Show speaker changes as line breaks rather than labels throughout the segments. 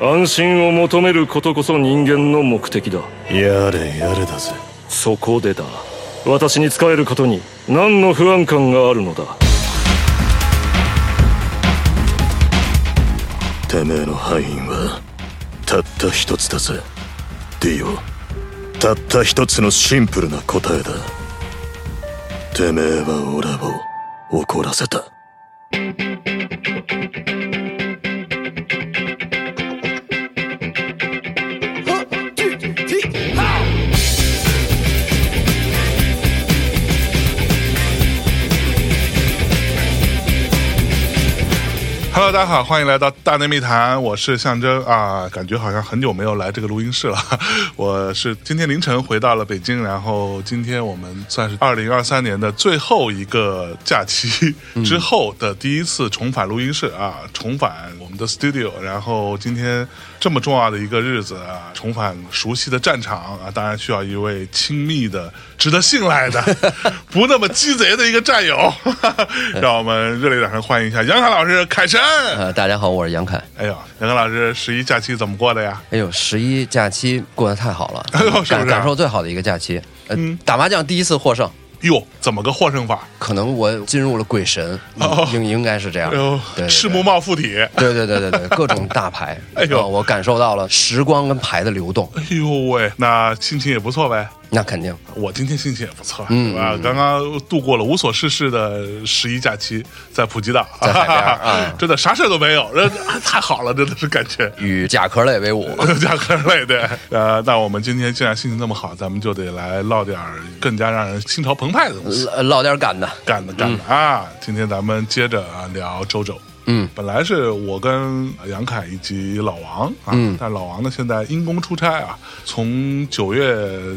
安心を求めることこそ人間の目的だ
やれやれだぜ
そこでだ私に仕えることに何の不安感があるのだ
てめえの敗因はたった一つだぜディオたった一つのシンプルな答えだてめえはオラを怒らせた
哈喽，大家好，欢迎来到大内密谈，我是象征啊，感觉好像很久没有来这个录音室了。 我是今天凌晨回到了北京，然后今天我们算是二零二三年的最后一个假期之后的第一次重返录音室啊，重返我们的 studio，然后今天这么重要的一个日子啊，重返熟悉的战场啊，当然需要一位亲密的、值得信赖 的、不那么鸡贼的一个战友，让我们热烈掌声欢迎一下杨凯老师凯神。
呃，大家好，我是杨凯。
哎呦，杨刚老师，十一假期怎么过的呀？
哎呦，十一假期过得太好 了，
哎呦是不是嗯
感感受最好的一个假期。呃，打麻将第一次获胜，
哟，怎么个获胜法？
可能我进入了鬼神，
哦
应应该是这样。
哎呦
对，对
赤木茂附体。
对对对对对，各种大牌。
哎呦
呃我感受到了时光跟牌的流动，
哎呦喂，那心情也不错呗。
那肯定。
我今天心情也不错，
嗯
对吧？刚刚度过了无所事事的十一假期，在普吉岛，
在海边啊
真的啥事儿都没有，这太好了，真的是感觉。
与甲壳类为伍，
加科类对， 呃，那我们今天既然心情那么好，咱们就得来唠点儿更加让人心潮澎湃的东西。
呃唠点干的。
干的干的、啊！今天咱们接着啊聊周周。
嗯，
本来是我跟杨凯以及老王啊，
嗯
但老王呢现在因公出差啊，从九月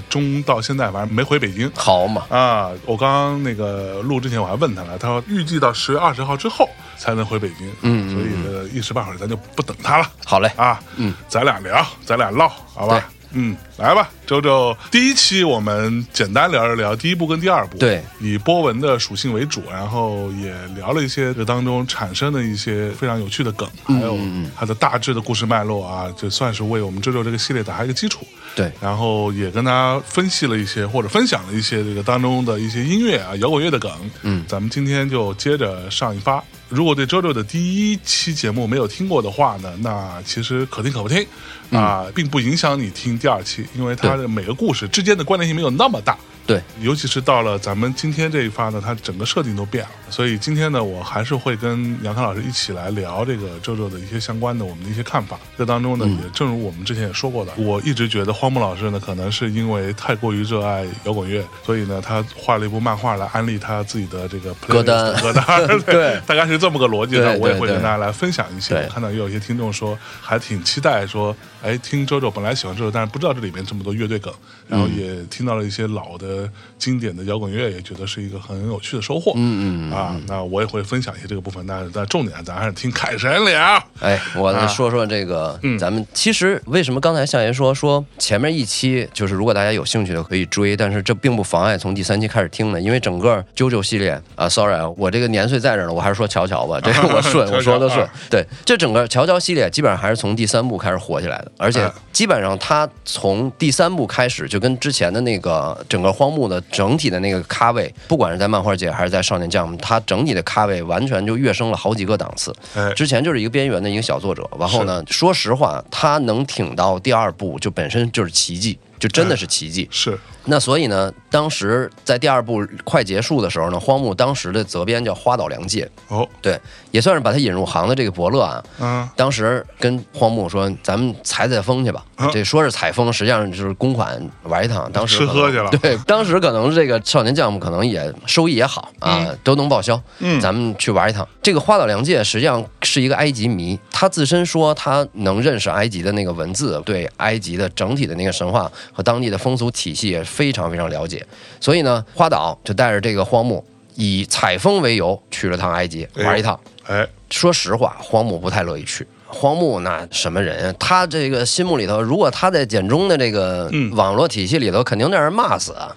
中到现在反正没回北京。
好嘛，
啊，我刚刚那个录之前我还问他了，他说预计到十月二十号之后才能回北京，嗯，所以呃一时半会儿咱就不等他了
好嘞。
啊，嗯，咱俩聊，咱俩唠，好
对
吧？嗯，来吧，周周，第一期我们简单聊一聊第一部跟第二部，
对，
以波纹的属性为主，然后也聊了一些这当中产生的一些非常有趣的梗，还有它的大致的故事脉络啊，就算是为我们周周这个系列打下一个基础。
对，
然后也跟大家分析了一些，或者分享了一些这个当中的一些音乐啊，摇滚乐的梗。嗯，咱们今天就接着上一发。如果对周周的第一期节目没有听过的话呢，那其实可听可不听啊、并不影响你听第二期，因为它的每个故事之间的关联性没有那么大。
对，
尤其是到了咱们今天这一发呢，它整个设定都变了。所以今天呢，我还是会跟杨康老师一起来聊这个周周的一些相关的我们的一些看法。这当中呢，
嗯
也正如我们之前也说过的，我一直觉得荒木老师呢，可能是因为太过于热爱摇滚乐，所以呢，他画了一部漫画来安利他自己的这个 playlist，
歌单
歌单
对
大概是这么个逻辑。那
对
我也
对
会跟
对
大家来分享一些。
对
我看到也有一些听众说，还挺期待说，哎，听周周本来喜欢周周，但是不知道这里面这么多乐队梗，然后也听到了一些老的经典的摇滚乐，也觉得是一个很有趣的收获。嗯嗯啊，那我也会分享一些这个部分，但但重点咱还是听凯神聊。
哎，我来说说这个，咱们其实为什么刚才向爷说说前面一期就是如果大家有兴趣的可以追，但是这并不妨碍从第三期开始听呢，因为整个 JoJo 系列啊，sorry，啊，我这个年岁在这儿呢，我还是说乔乔吧，这个我顺，
乔乔
我说的顺
啊。
对，这整个乔乔系列基本上还是从第三部开始火起来的，而且
嗯
基本上它从第三部开始就跟之前的那个整个荒木的整体的那个咖位，不管是在漫画界还是在少年 Jump，它整体的咖位完全就跃升了好几个档次。
哎，
之前就是一个边缘的一个小作者，然后呢，说实话，他能挺到第二部，就本身就是奇迹，就真的是奇迹。
是
那所以呢，当时在第二部快结束的时候呢，荒木当时的责编叫花岛良介，
哦，
对，也算是把他引入行的这个伯乐啊。
嗯，
当时跟荒木说：“咱们采采风去吧。
啊
这说是采风，实际上就是公款玩一趟。当时
吃
可能
喝去了
对，当时可能这个少年将可能也收益也好啊，都能报销。嗯，咱们去玩一趟。这个花岛良介实际上是一个埃及迷，他自身说他能认识埃及的那个文字，对埃及的整体的那个神话和当地的风俗体系也非常非常了解。所以呢，花岛就带着这个荒木。”以采风为由去了趟埃及
哎呦
玩一趟，
哎，
说实话，荒木不太乐意去。荒木那什么人啊？他这个心目里头，如果他在简中的这个
嗯
网络体系里头，肯定让人骂 死啊！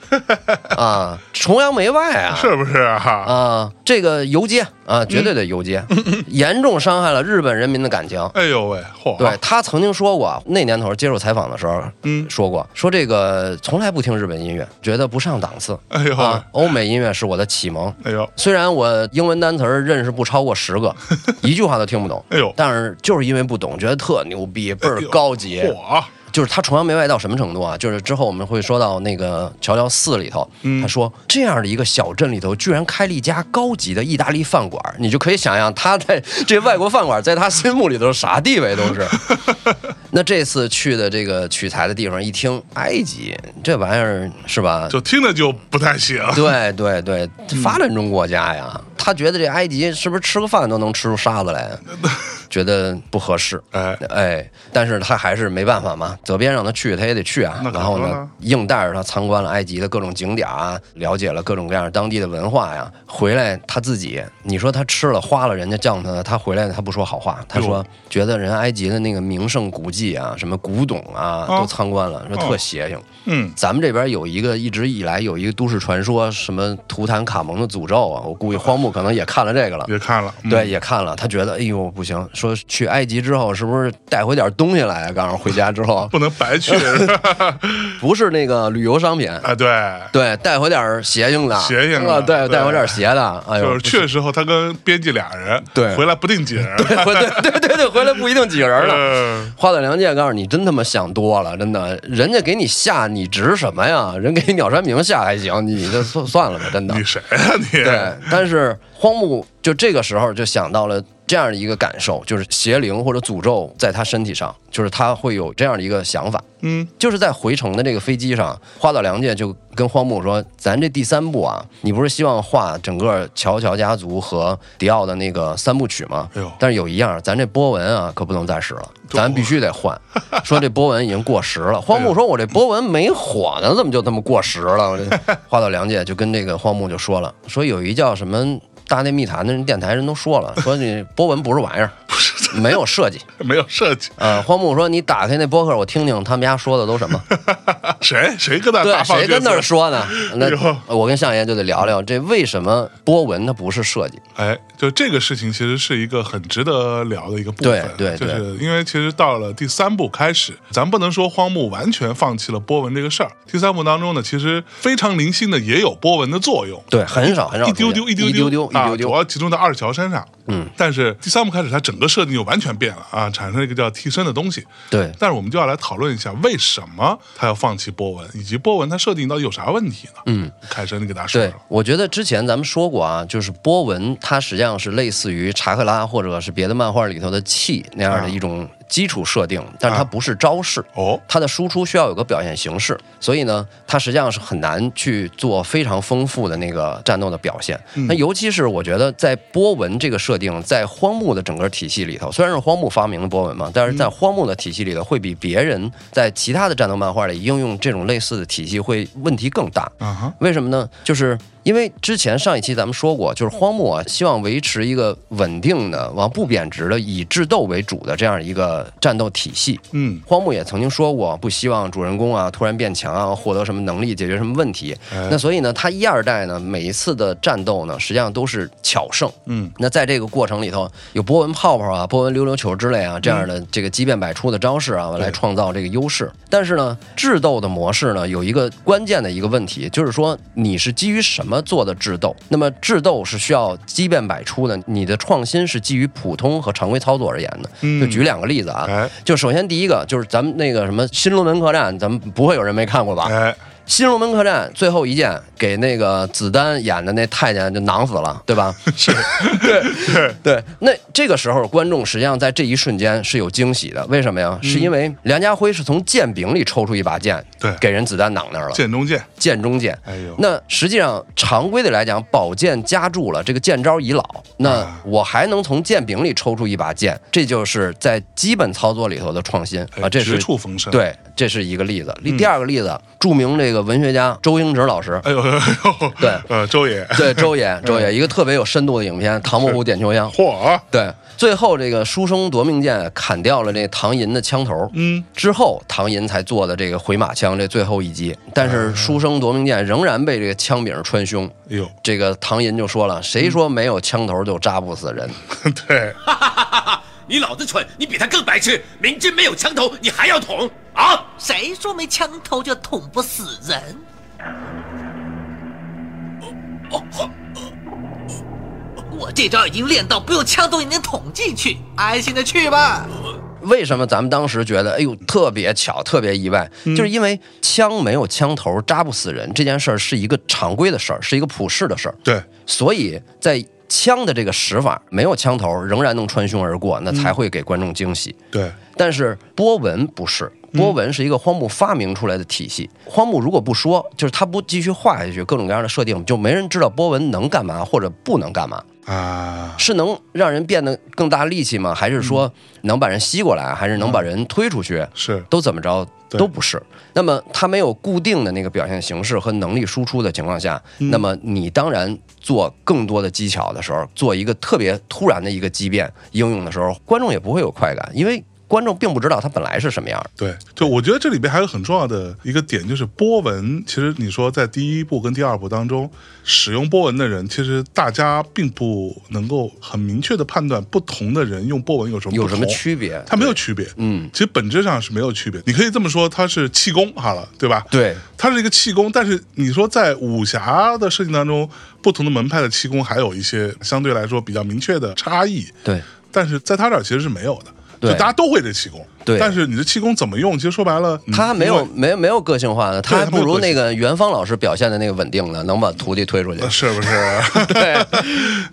啊，崇洋媚外啊！
是不是啊？
啊，这个游街啊，绝对的游街，
嗯
严重伤害了日本人民的感情。
哎呦喂，嚯！
对他曾经说过，那年头接受采访的时候，
嗯
说过说这个从来不听日本音乐，觉得不上档次
哎呦喂，
啊。欧美音乐是我的启蒙，
哎呦，
虽然我英文单词儿认识不超过十 个，一句话都听不懂，
哎呦哎
但是就是因为不懂，觉得特牛逼，倍儿高级。
嚯！
就是他崇洋媚外到什么程度啊？就是之后我们会说到那个《乔乔四》里头，
嗯
他说这样的一个小镇里头，居然开了一家高级的意大利饭馆，你就可以想象他在这外国饭馆在他心目里头是啥地位都 是。那这次去的这个取材的地方，一听埃及这玩意儿是吧？
就听着就不太行。
对对对，
嗯
发展中国家呀，他觉得这埃及是不是吃个饭都能吃出沙 子来，啊觉得不合适。
哎，
哎，但是他还是没办法嘛，责编让他去，他也得去啊
那。可
然后
不
呢
呢，
硬带着他参观了埃及的各种景点啊，了解了各种各样当地的文化呀。回来他自己，你说他吃了花了人家酱他的，他回来他不说好话，他
哟
说觉得人埃及的那个名胜古迹啊，什么古董啊
啊
都参观了，说
哦
特邪性。
嗯，
咱们这边有一个一直以来有一个都市传说，什么图坦卡蒙的诅咒啊，我估计荒木可能也看了这个了。
别看了。嗯
对，，也看了，他觉得，哎呦，不行，说去埃及之后是不是带回点东西来啊？刚刚回家之后，
不能白去。是吧
不是那个旅游商品，
啊，对，
对，带回点邪性的，
邪性的
啊对，
对
带回点邪的，哎
就
呦，
是去的时候他跟编辑俩人，
对
回来不定几人。
回对对对对，回来不一定几个人了。
嗯，
花岛良介告诉你，真他妈想多了，真的，人家给你下，你值什么呀？人给鸟山明下还行，你这算算了吧，真的。
你谁呀你？
对，但是荒木就这个时候就想到了这样的一个感受，就是邪灵或者诅咒在他身体上，就是他会有这样的一个想法。
嗯，
就是在回程的这个飞机上，花岛良介就跟荒木说：“咱这第三部啊，你不是希望画整个乔乔家族和迪奥的那个三部曲吗？
哎呦
但是有一样，咱这波纹啊可不能再使了，咱必须 得换。说这波纹已经过时了。荒木说：我这波纹没火呢，怎么就这么过时了？我这花岛良介就跟这个荒木就说了，说有一叫什么。”大内密谈的人，电台人都说 了，说你波纹不是玩意儿，没有设计。
没有设计。
呃，荒木说你打开那播客，我听听他们家说的都什么。
谁谁跟那 大
对，
放
谁
厥
跟那儿
词？
说呢？那
哎呦
我跟相爷就得聊聊这为什么波纹它不是设计？
哎，就这个事情其实是一个很值得聊的一个部分，啊
对对
就
对
是因为其实到了第三部开始，咱不能说荒木完全放弃了波纹这个事儿。第三部当中呢，其实非常零星的也有波纹的作用，
对，很少很少
一
出现，
丢丢
一
丢
丢
丢
一丢
啊，主
丢。
要集中在二乔身上。嗯，但是第三部开始，它整个设定就完全变了啊，产生了一个叫替身的东西。
对，
但是我们就要来讨论一下，为什么他要放弃波纹，以及波纹它设定到底有啥问题呢？嗯，凯神，你给大家说
对
说。，
我觉得之前咱们说过啊，就是波纹它实际上是类似于查克拉或者是别的漫画里头的气那样的一种基础设定，但是它不是招式。
哦，
它的输出需要有个表现形式，所以呢，它实际上是很难去做非常丰富的那个战斗的表现。那尤其是我觉得在波纹这个设定，在荒木的整个体系里头，虽然是荒木发明的波纹嘛，但是在荒木的体系里头，会比别人在其他的战斗漫画里应用这种类似的体系会问题更大。
啊哈，
为什么呢？就是因为之前上一期咱们说过，就是荒木啊，希望维持一个稳定的、往不贬值的、以智斗为主的这样一个战斗体系。
嗯，
荒木也曾经说过，不希望主人公啊突然变强啊，获得什么能力，解决什么问题。
哎
那所以呢，他一二代呢，每一次的战斗呢，实际上都是巧胜。
嗯，
那在这个过程里头，有波纹泡泡啊、波纹溜溜球之类啊这样
嗯
的这个机变百出的招式啊，来创造这个优势。但是呢，智斗的模式呢，有一个关键的一个问题，就是说你是基于什么做的智斗？那么智斗是需要机变百出的，你的创新是基于普通和常规操作而言的。就举两个例子啊，
哎
就首先第一个就是咱们那个什么新龙门客栈，咱们不会有人没看过吧？
哎，
新龙门客栈最后一剑给那个子丹演的那太监就囊死了，对吧？
是， 对
对，那这个时候观众实际上在这一瞬间是有惊喜的，为什么呀？
嗯
是因为梁家辉是从剑柄里抽出一把剑，
对
给人子丹挡那儿了，
剑中剑，
剑中剑。
哎呦，
那实际上常规的来讲，宝剑加注了，这个剑招已老，那
啊
我还能从剑柄里抽出一把剑，这就是在基本操作里头的创新
哎
啊，这
直
是
触风生，
对，这是一个例子。第二个例子，著名这个个文学家周英直老师，
嗯哎呦，哎呦
对
呃，周也，
对周也，周也一个特别有深度的影片《唐伯虎点秋香》。
嚯 啊，
对，最后这个书生夺命剑砍掉了这唐寅的枪头，
嗯，
之后唐寅才做的这个回马枪这最后一击，但是书生夺命剑仍然被这个枪柄穿胸。
哎呦，
这个唐寅就说了：“谁说没有枪头就扎不死人？
对，
你老子蠢，你比他更白痴。明知没有枪头，你还要捅啊？
谁说没枪头就捅不死人？
哦
我这招已经练到不用枪都也能捅进去，安心的去吧。
为什么咱们当时觉得哎呦特别巧、特别意外？就是因为枪没有枪头扎不死人这件事儿是一个常规的事儿，是一个普世的事儿。
对，
所以在枪的这个使法没有枪头，仍然能穿胸而过，那才会给观众惊喜。
对，
但是波纹不是，波纹是一个荒木发明出来的体系。荒木如果不说，就是他不继续画下去，各种各样的设定，就没人知道波纹能干嘛或者不能干嘛。
啊，
是能让人变得更大力气吗？还是说能把人吸过来，还是能把人推出去？
是
都怎么着
对
都不是。那么他没有固定的那个表现形式和能力输出的情况下，
嗯
那么你当然做更多的技巧的时候，做一个特别突然的一个畸变应用的时候，观众也不会有快感，因为观众并不知道他本来是什么样儿。
对，就我觉得这里边还有很重要的一个点，就是波纹。其实你说在第一部跟第二部当中，使用波纹的人，其实大家并不能够很明确的判断不同的人用波纹有什么不
有
同
什么区别？
它没有区别，
嗯，
其实本质上是没有区别。你可以这么说，它是气功好了，对吧？
对，
它是一个气功，但是你说在武侠的设定当中，不同的门派的气功还有一些相对来说比较明确的差异，
对
但是在他这儿其实是没有的。
对
就大家都会这气功，
对
但是你的气功怎么用？其实说白了，你
他没
因
有
为
没有没有个性化的，他还
他没
不
有
如
个性呃
那个元芳老师表现的那个稳定的，能把徒弟推出去。
是 不是？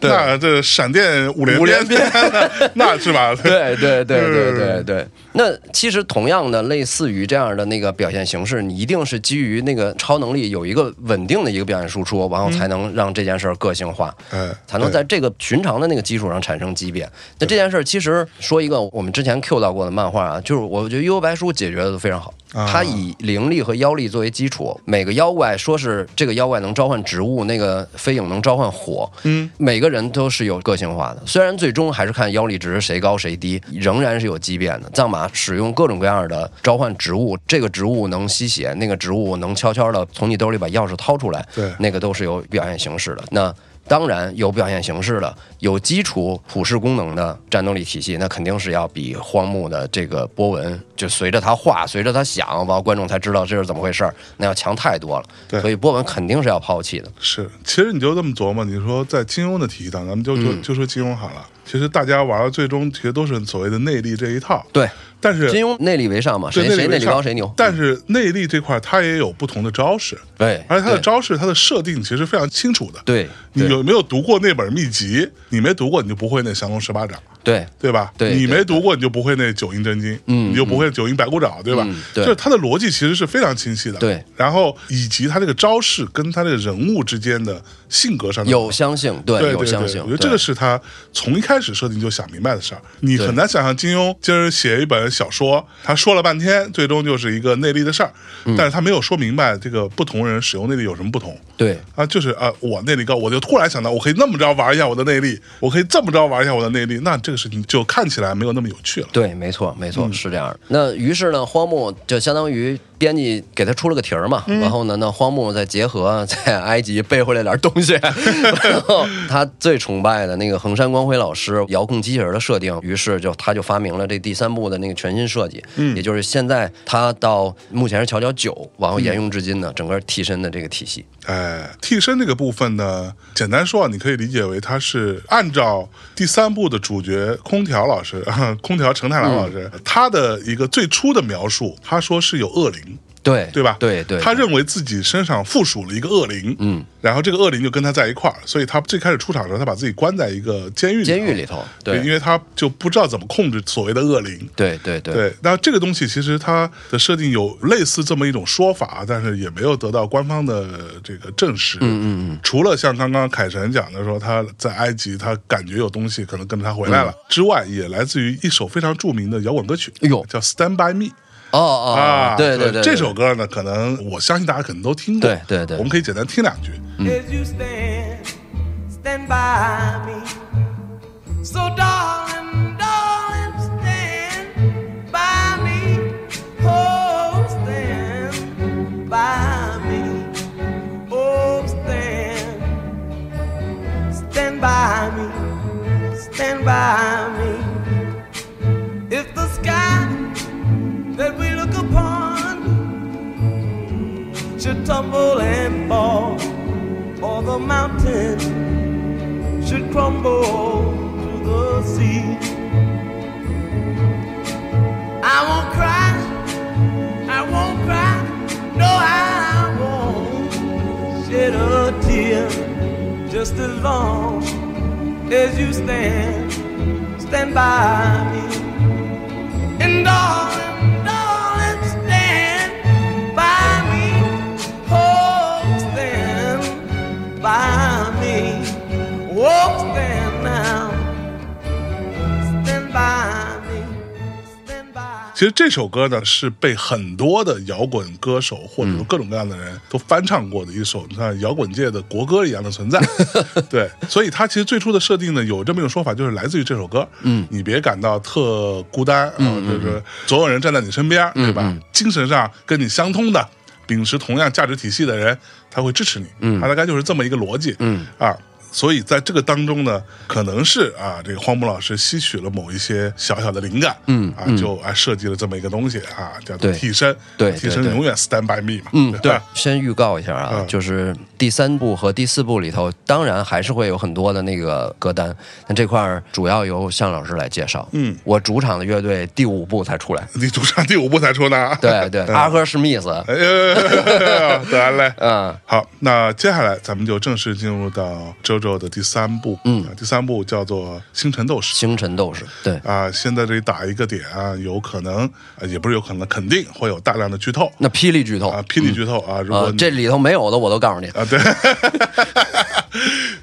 那这闪电五连
五连鞭，
那是吧？
对对对对对
嗯
对。那其实同样的，类似于这样的那个表现形式，你一定是基于那个超能力有一个稳定的一个表现输出，然后才能让这件事儿个性化，
嗯哎
才能在这个寻常的那个基础上产生畸变。那这件事儿其实说一个我们之前 Q 到过的漫画啊，就是我觉得《幽游白书》解决的非常好，
啊
它以灵力和妖力作为基础，每个妖怪说是这个妖怪能召唤植物，那个飞影能召唤火，嗯，每个人都是有个性化的。虽然最终还是看妖力值谁高谁低，仍然是有畸变的。藏马使用各种各样的召唤植物，这个植物能吸血，那个植物能悄悄的从你兜里把钥匙掏出来，
对
那个都是有表现形式的。那当然有表现形式的，有基础普世功能的战斗力体系，那肯定是要比荒木的这个波纹，就随着他画，随着他想，然后观众才知道这是怎么回事儿，那要强太多了。
对
所以波纹肯定是要抛弃的。
是，其实你就这么琢磨，你说在金庸的体系当中，咱们就
嗯
就就说金庸好了。其实大家玩到最终，其实都是所谓的内力这一套。，
对，
但是
金庸内力为上嘛，
对
谁谁内
为
力
上
高谁牛。
但是内力这块，它也有不同的招式，
对，
而且它的
对
招式、它的设定其实非常清楚的。，
对
你
对
有没有读过那本秘籍？你没读过，你就不会那降龙十八掌。
对
对吧？
对
你
对
没读过，你就不会那九阴真经，嗯，你就不会九阴白骨爪，对吧？
嗯对
就是它的逻辑其实是非常清晰的。
对，
然后以及它这个招式跟它这个人物之间的性格上的
有相性，对
对
有
对对，
相
我
性。
觉得这
对
个是他从一开始设定就想明白的事儿。你
对
很难想象金庸今儿写一本小说，他说了半天，最终就是一个内力的事儿，
嗯
但是他没有说明白这个不同人使用内力有什么不同。
对
啊，就是啊，我内力高，我就突然想到，我可以那么着玩一下我的内力，我可以这么着玩一下我的内力，那这个事情就看起来没有那么有趣了。
对，没错，没错，是这样的。那于是呢，荒木就相当于编辑给他出了个题儿嘛，然后呢，那荒木再结合在埃及背回来点儿东 西，然后他最崇拜的那个横山光辉老师遥控机器人的设定，于是就他就发明了这第三部的那个全新设计，嗯，也就是现在他到目前是乔乔九，然后沿用至今的整个替身的这个体系，
哎，替身这个部分呢，简单说啊，你可以理解为它是按照第三部的主角空调老师，啊空调成太郎
嗯
老师、他的一个最初的描述，他说是有恶灵，
对
对吧？
对对，
他认为自己身上附属了一个恶灵，嗯，然后这个恶灵就跟他在一块儿，所以他最开始出场的时候，他把自己关在一个监狱里头
监狱里头，对
因为他就不知道怎么控制所谓的恶灵，
对对对
对，那这个东西其实它的设定有类似这么一种说法，但是也没有得到官方的这个证实。嗯嗯嗯。除了像刚刚凯神讲的说他在埃及，他感觉有东西
嗯
可能跟着他回来了、之外，也来自于一首非常著名的摇滚歌曲，
哎呦
叫《Stand by Me》。
哦哦，
啊
哦，对对对，
这首歌呢，可能我相信大家可能都听过，
对对对
我们可以简单听两句。
As you stand, stand by me. So darling, darling, stand by me. Oh, stand by me. Oh, stand, stand by me. Stand by me. If the sky that we look upon should tumble and fall or the mountain should crumble to the sea. I won't cry, I won't cry, no, I won't shed a tear just as long as you stand, stand by me. And darling, darling, stand by me. Oh, stand by me. Oh, stand now. Stand by me. Stand by
其实这首歌呢是被很多的摇滚歌手或者说各种各样的人都翻唱过的一首，你看摇滚界的国歌一样的 存在。对，所以它其实最初的设定呢有这么一种说法，就是来自于这首歌。嗯，你别感到特孤单，嗯，就是总有人站在你身边，对吧？精神上跟你相通的，秉持同样价值体系的人，他会支持你。嗯，他大概就是这么一个逻辑。嗯啊。所以在这个当中呢，可能是啊，这个荒木老师吸取了某一些小小的灵感，嗯啊，就啊设计了这么一个东西啊，叫做
对
替身，啊
对对
替身
对
永远 stand by me 嘛，
嗯，
对
对
吧，
先预告一下啊，
嗯
就是第三部和第四部里头，当然还是会有很多的那个歌单，但这块儿主要由向老师来介绍。
嗯
我主场的乐队第五部才 出来，
你主唱第五部才出呢，啊
对对，阿赫史密斯，
哎呦，得嘞，
嗯，
好，那接下来咱们就正式进入到 JoJo 的第三部，嗯，第三部叫做《星辰斗士》，
星辰斗士，对，
啊，先在这里打一个点啊，有可能，啊也不是有可能，肯定会有大量的剧透
那霹雳剧透
啊
啊，，
霹雳剧透啊，如果你
这里头没有的我都告诉你，
啊，对，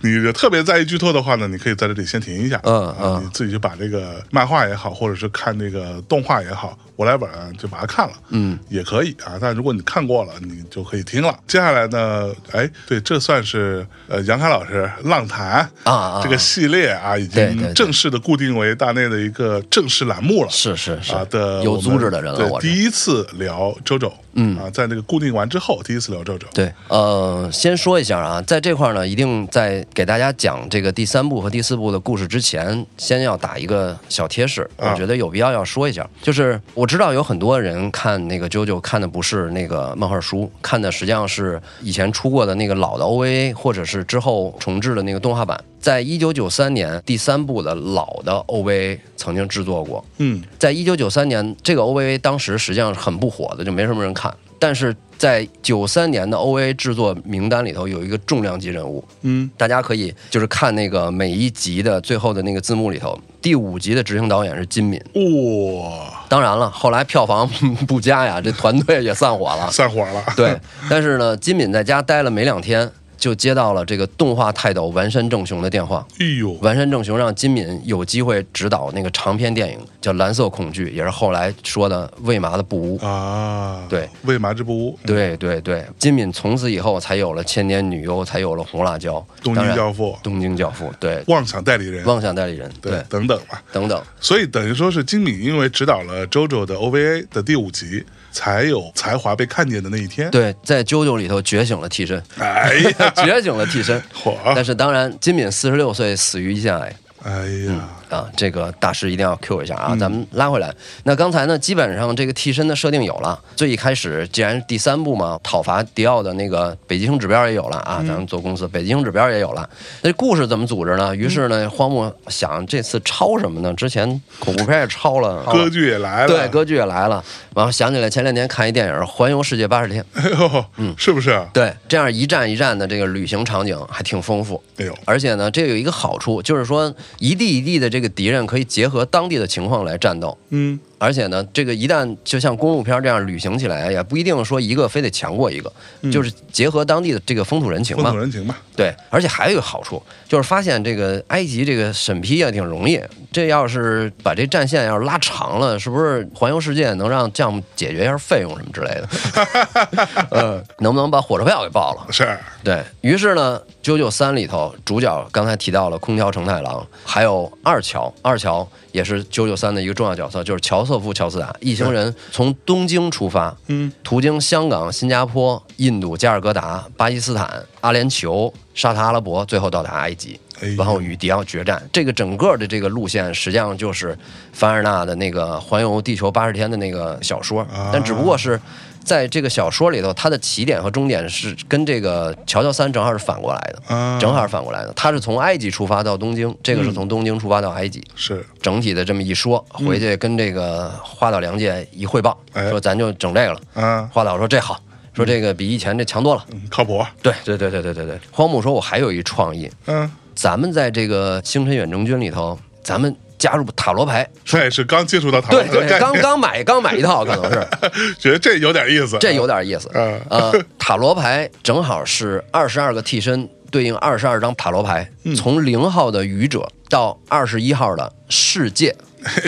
你就特别在意剧透的话呢，你可以在这里先停一下，
嗯
啊
嗯
你自己去把这个漫画也好，或者是看这个动画也好，我来本就把它看了，嗯，也可以啊。但如果你看过了，你就可以听了。接下来呢，哎，对，这算是呃杨凯老师浪谈
啊啊
这个系列啊，已
对对对
经正式的固定为大内的一个正式栏目了，
是是是
啊的，
有
我们
组织的人了，
对
我是
第一次聊周周，嗯啊，在那个固定完之后，第一次聊周周，
对，呃，先说一下啊，在这块儿呢，一定在给大家讲这个第三部和第四部的故事之前，先要打一个小贴士，我觉得有必要要说一下。就是我知道有很多人看那个 JoJo 看的不是那个漫画书，看的实际上是以前出过的那个老的 OVA，或者是之后重制的那个动画版。在一九九三年，第三部的老的 OVA 曾经制作过，
嗯。
在一九九三年，这个 OVA 当时实际上是很不火的，就没什么人看。但是在九三年的 OVA 制作名单里头有一个重量级人物，
嗯，
大家可以就是看那个每一集的最后的那个字幕里头，第五集的执行导演是金敏。
哇，
当然了，后来票房 不佳呀，这团队也散伙了。
散伙了。
对，但是呢，金敏在家待了没两天，就接到了这个动画泰斗完山正雄的电话。
哎呦，
完山正雄让金敏有机会执导那个长篇电影，叫《蓝色恐惧》，也是后来说的魏麻的不污。
啊，
对，
为麻之不污，
对对对，金敏从此以后才有了《千年女优》，才有了《红辣椒》，
东
当
京
然
教父，
东京教父，对，
妄想代理人，
妄想代理人，
对
对，
等等吧。
等等，
所以等于说是金敏因为指导了 JoJo 的 OVA 的第五集，才有才华被看见的那一天。，
对，在《啾啾》里头觉醒了 替身，
哎 呀，
觉醒了替身。
火，啊
但是当然，金敏四十六岁死于胰腺癌，
哎呀，
啊，这个大师一定要 Q 一下啊！
嗯
咱们拉回来。那刚才呢，基本上这个替身的设定有了。最一开始，既然是第三部嘛，讨伐迪奥的那个北极星指标也有了啊，
嗯
咱们做公司北极星指标也有了。那故事怎么组织呢？于是
嗯
呢，荒木想这次抄什么呢？之前恐怖片也抄了，
歌剧也来了，
嗯对歌剧也来了。然后想起来前两天看一电影《环游世界八十天》，
哎呦，
嗯
是不是？啊
对，这样一站一站的这个旅行场景还挺丰富。
哎呦，
而且呢，这有一个好处，就是说一地一地的这个敌人可以结合当地的情况来战斗，
嗯，
而且呢，这个一旦就像公路片这样旅行起来，也不一定说一个非得强过一个，就是结合当地的这个风土人情
嗯风
嘛
土。人情吧。
对，而且还有一个好处，就是发现这个埃及这个审批也挺容易。这要是把这战线要是拉长了，是不是环游世界能让项目解决一下费用什么之类的？ 呃，能不能把火车票给报了？
是，
对于是呢，《九九三》里头主角刚才提到了空调承太郎，还有二乔，二乔也是《九九三》的一个重要角色，就是乔瑟夫·乔斯达一行人从东京出发，
嗯，
途经香港、新加坡、印度、加尔各答、巴基斯坦、阿联酋、沙特阿拉伯，最后到达埃及
哎呦，
然后与迪奥决战。这个整个的这个路线实际上就是凡尔纳的那个《环游地球八十天》的那个小说，
啊
但只不过是在这个小说里头，它的起点和终点是跟这个《乔乔三》正好是反过来的，
啊，嗯
正好是反过来的。它是从埃及出发到东京，这个是从东京出发到埃及。
是
整体的这么一说，回去跟这个花岛良介一汇报，
嗯哎
说咱就整这个了。
啊，
花岛说这好，说这个比以前这强多了。
嗯靠谱。
对对对对对对对。荒木说，我还有一创意，
嗯，
咱们在这个星辰远征军里头，咱们加入塔罗牌。
这也是刚接触到塔罗
对
牌的
对，
概
刚
念，
刚买刚买一套，可能 是
觉得这有点意思。啊
这有点意思。
嗯
呃，塔罗牌正好是二十二个替身对应二十二张塔罗牌，
嗯
从零号的愚者到二十一号的世界，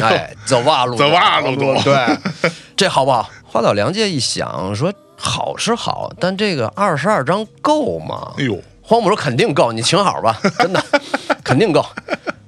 哎，走哇 路，
走哇路走
对， 这好不好？花岛良介一想说。好是好，但这个二十二张够吗？
哎呦，
荒木说肯定够，你请好吧，真的肯定够。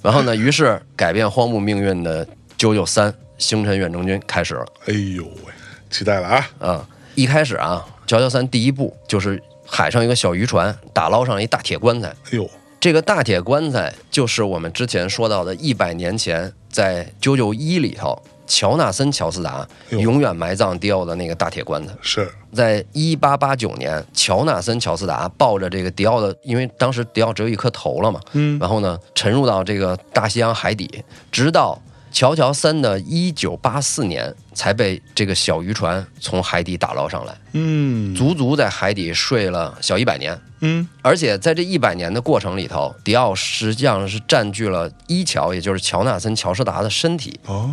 然后呢，于是改变荒木命运的九九三星辰远征军开始了。
哎呦喂，期待了啊！
啊、一开始啊，乔乔三第一步就是海上一个小渔船打捞上一大铁棺材，
哎呦，
这个大铁棺材就是我们之前说到的，一百年前在《九九一》里头，乔纳森·乔斯达
哟
永远埋葬迪奥的那个大铁棺材。
是
在一八八九年，乔纳森·乔斯达抱着这个迪奥的，因为当时迪奥只有一颗头了嘛，嗯，然后呢，沉入到这个大西洋海底，直到乔乔三的一九八四年才被这个小渔船从海底打捞上来，
嗯
足足在海底睡了小一百年。
嗯，
而且在这一百年的过程里头，迪奥实际上是占据了一乔，也就是乔纳森·乔斯达的身体。
哦，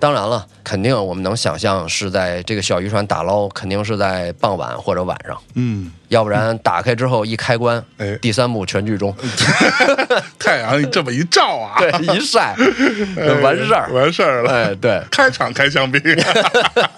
当然了，肯定我们能想象是在这个小渔船打捞，肯定是在傍晚或者晚上。
嗯，
要不然打开之后一开关，
哎
第三幕全剧终，
太阳这么一照啊，
对，一晒
哎
就完事儿，
完事儿了。
哎，对
开场开香 槟，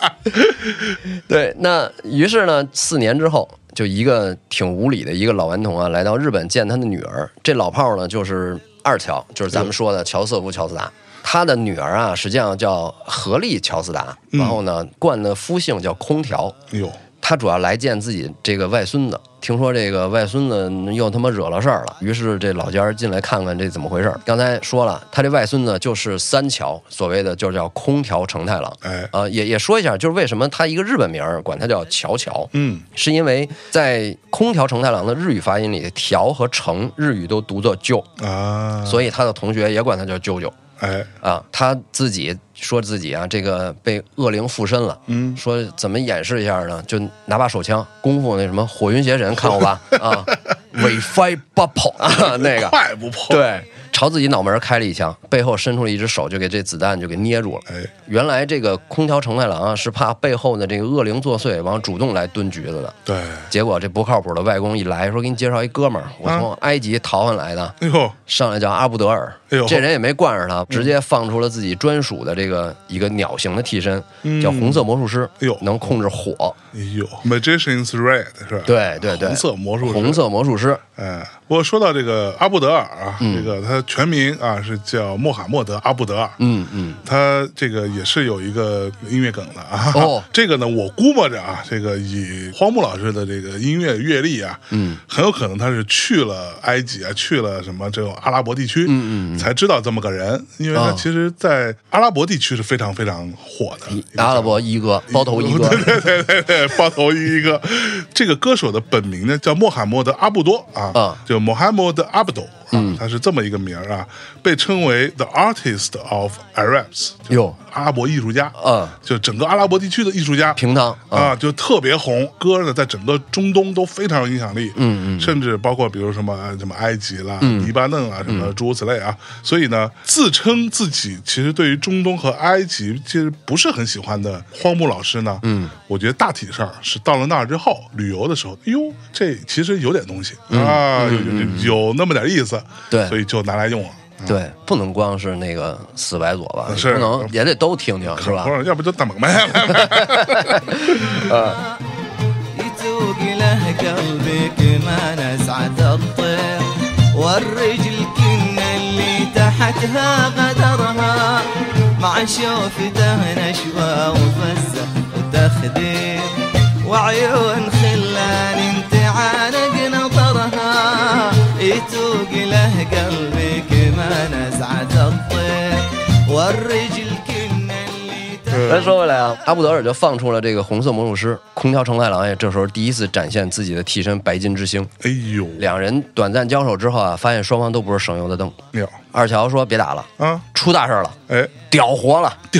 对。那于是呢，四年之后，就一个挺无理的一个老顽童啊，来到日本见他的女儿。这老炮儿呢，就是二乔，就是咱们说的乔瑟夫·乔斯达。他的女儿啊，实际上叫何丽·乔斯达，然后呢，冠的夫姓叫空调。
哎呦，
他主要来见自己这个外孙子，听说这个外孙子又他妈惹了事儿了，于是这老家儿进来看看这怎么回事儿。刚才说了，他这外孙子就是三桥，所谓的就叫空调承太郎。
哎，
呃，也也说一下，就是为什么他一个日本名儿管他叫乔乔，
嗯，
是因为在空调承太郎的日语发音里，调和成日语都读作舅，
啊，
所以他的同学也管他叫舅舅。
哎，
啊，他自己说自己啊，这个被恶灵附身了，
嗯
说怎么掩饰一下呢？就拿把手枪，功夫那什么火云邪神看过吧？啊，尾飞八炮 啊，那个
快不破，，
对，朝自己脑门开了一枪，背后伸出了一只手，就给这子弹就给捏住了。
哎，
原来这个空调承太郎啊，是怕背后的这个恶灵作祟，完了主动来蹲局子的。
对，哎
结果这不靠谱的外公一来，说给你介绍一哥们儿，我从埃及逃回来的，
哎呦，
上来叫阿布德尔
哎呦，
这人也没惯着他，直接放出了自己专属的这个一个鸟形的替身，叫红色魔术师
嗯哎呦，
能控制火。
哎呦，Magician's Red 是吧？
对对对，
红色魔术师
红色魔术师，
哎，不过说到这个阿布德尔啊，
嗯
这个他全名啊是叫穆罕默德·阿布德尔，
嗯嗯，
他这个也是有一个音乐梗的啊。
哦
这个呢，我估摸着啊，这个以荒木老师的这个音乐阅历啊，嗯，很有可能他是去了埃及啊，去了什么这种阿拉伯地区，嗯嗯，才知道这么个人，因为他
哦
其实，在阿拉伯地区是非常非常火的一个
阿拉伯一哥， 包头一哥
哎 对，对对对对，包头一哥。这个歌手的本名呢叫穆罕默德·阿布多啊，
啊嗯
就 Mohammad Abdo 啊，他是这么一个名儿啊，被称为 The Artist of Arabs，就
哟
阿拉伯艺术家，
嗯
就整个阿拉伯地区的艺术家，
平汤啊
啊，就特别红，歌呢在整个中东都非常有影响力，嗯嗯，甚至包括比如什么呃什么埃及啦、黎巴嫩啊，什么诸如此类啊。所以呢，自称自己其实对于中东和埃及其实不是很喜欢的荒木老师呢，嗯，我觉得大体上是到了那儿之后旅游的时候，哟，这其实有点东西啊，有有有那么点意思，
对
所以就拿来用了。
对，不能光是那个死白左吧，
啊是
不能也得都听听，是吧
不？然要不就等呗。
يتوق له قلبك ما نسعد الطير والرجل كنا اللي تحتها غدرها مع شوفته نشوى وفزة وتخدير وعيون خلان انت عانق نظرها يتوق له قلبك ما نسعد الطير والرجل كنا اللي تحتها
咱说回来啊，阿布德尔就放出了这个红色魔术师空调承太郎，也哎这时候第一次展现自己的替身白金之星。
哎呦，
两人短暂交手之后啊，发现双方都不是省油的灯。
鸟
二乔说：“别打了，
啊，
出大事了，
哎，
屌活了。”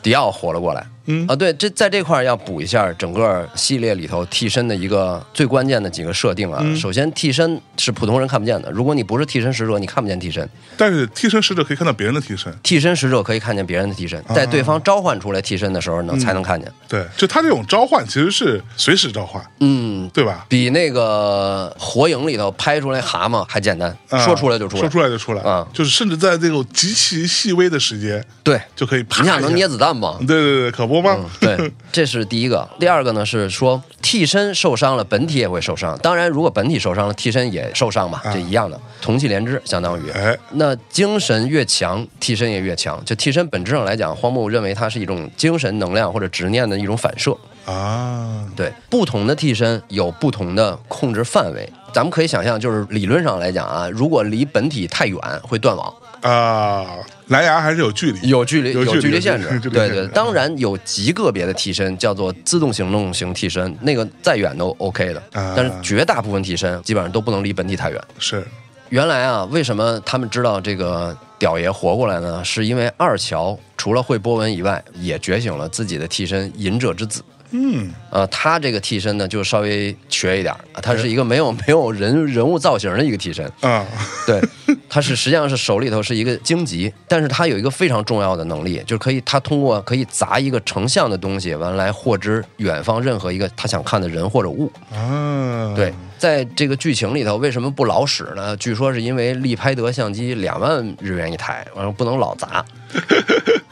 迪奥活了过来。嗯啊，对，这在这块儿要补一下整个系列里头替身的一个最关键的几个设定啊。
嗯
首先，替身是普通人看不见的，如果你不是替身使者，你看不见替身。
但是替身使者可以看到别人的替身。
替身使者可以看见别人的替身，
哦
在对方召唤出来替身的时候
嗯
呢，才能看见。
对，就他这种召唤其实是随时召唤，
嗯，
对吧？
比那个火影里头拍出来蛤蟆还简单，
啊
说出来就出来。
说出来就出来，
啊
就是甚至在这种极其细微的时间
对，
就可以啪
你
一下
想能捏子弹吗
对？对对，可不吗？
嗯， 对，这是第一个。第二个呢是说替身受伤了，本体也会受伤。当然，如果本体受伤了，替身也受伤嘛，这一样的，同气连枝，相当于。
哎，
那精神越强，替身也越强。就替身本质上来讲，荒木认为它是一种精神能量或者执念的一种反射。
啊，
对，不同的替身有不同的控制范围。咱们可以想象，就是理论上来讲啊，如果离本体太远会断网，
啊，蓝牙还是有距离，
有距离
有距离
距离限制
有距离。有距离
对
限
对，
制
当然有极个别的替身叫做自动行动型替身，那个再远都 OK 的，
啊
但是绝大部分替身基本上都不能离本体太远。
是
原来啊，为什么他们知道这个屌爷活过来呢？是因为二乔除了会波纹以外，也觉醒了自己的替身隐者之子。
嗯，
呃，他这个替身呢，就稍微瘸一点儿，他是一个没有没有人人物造型的一个替身。
啊，
对，他是实际上是手里头是一个荆棘，但是他有一个非常重要的能力，就是可以他通过可以砸一个成像的东西，完来获知远方任何一个他想看的人或者物。
啊，
对，在这个剧情里头，为什么不老使呢？据说是因为利拍得相机两万日元一台，完了不能老砸。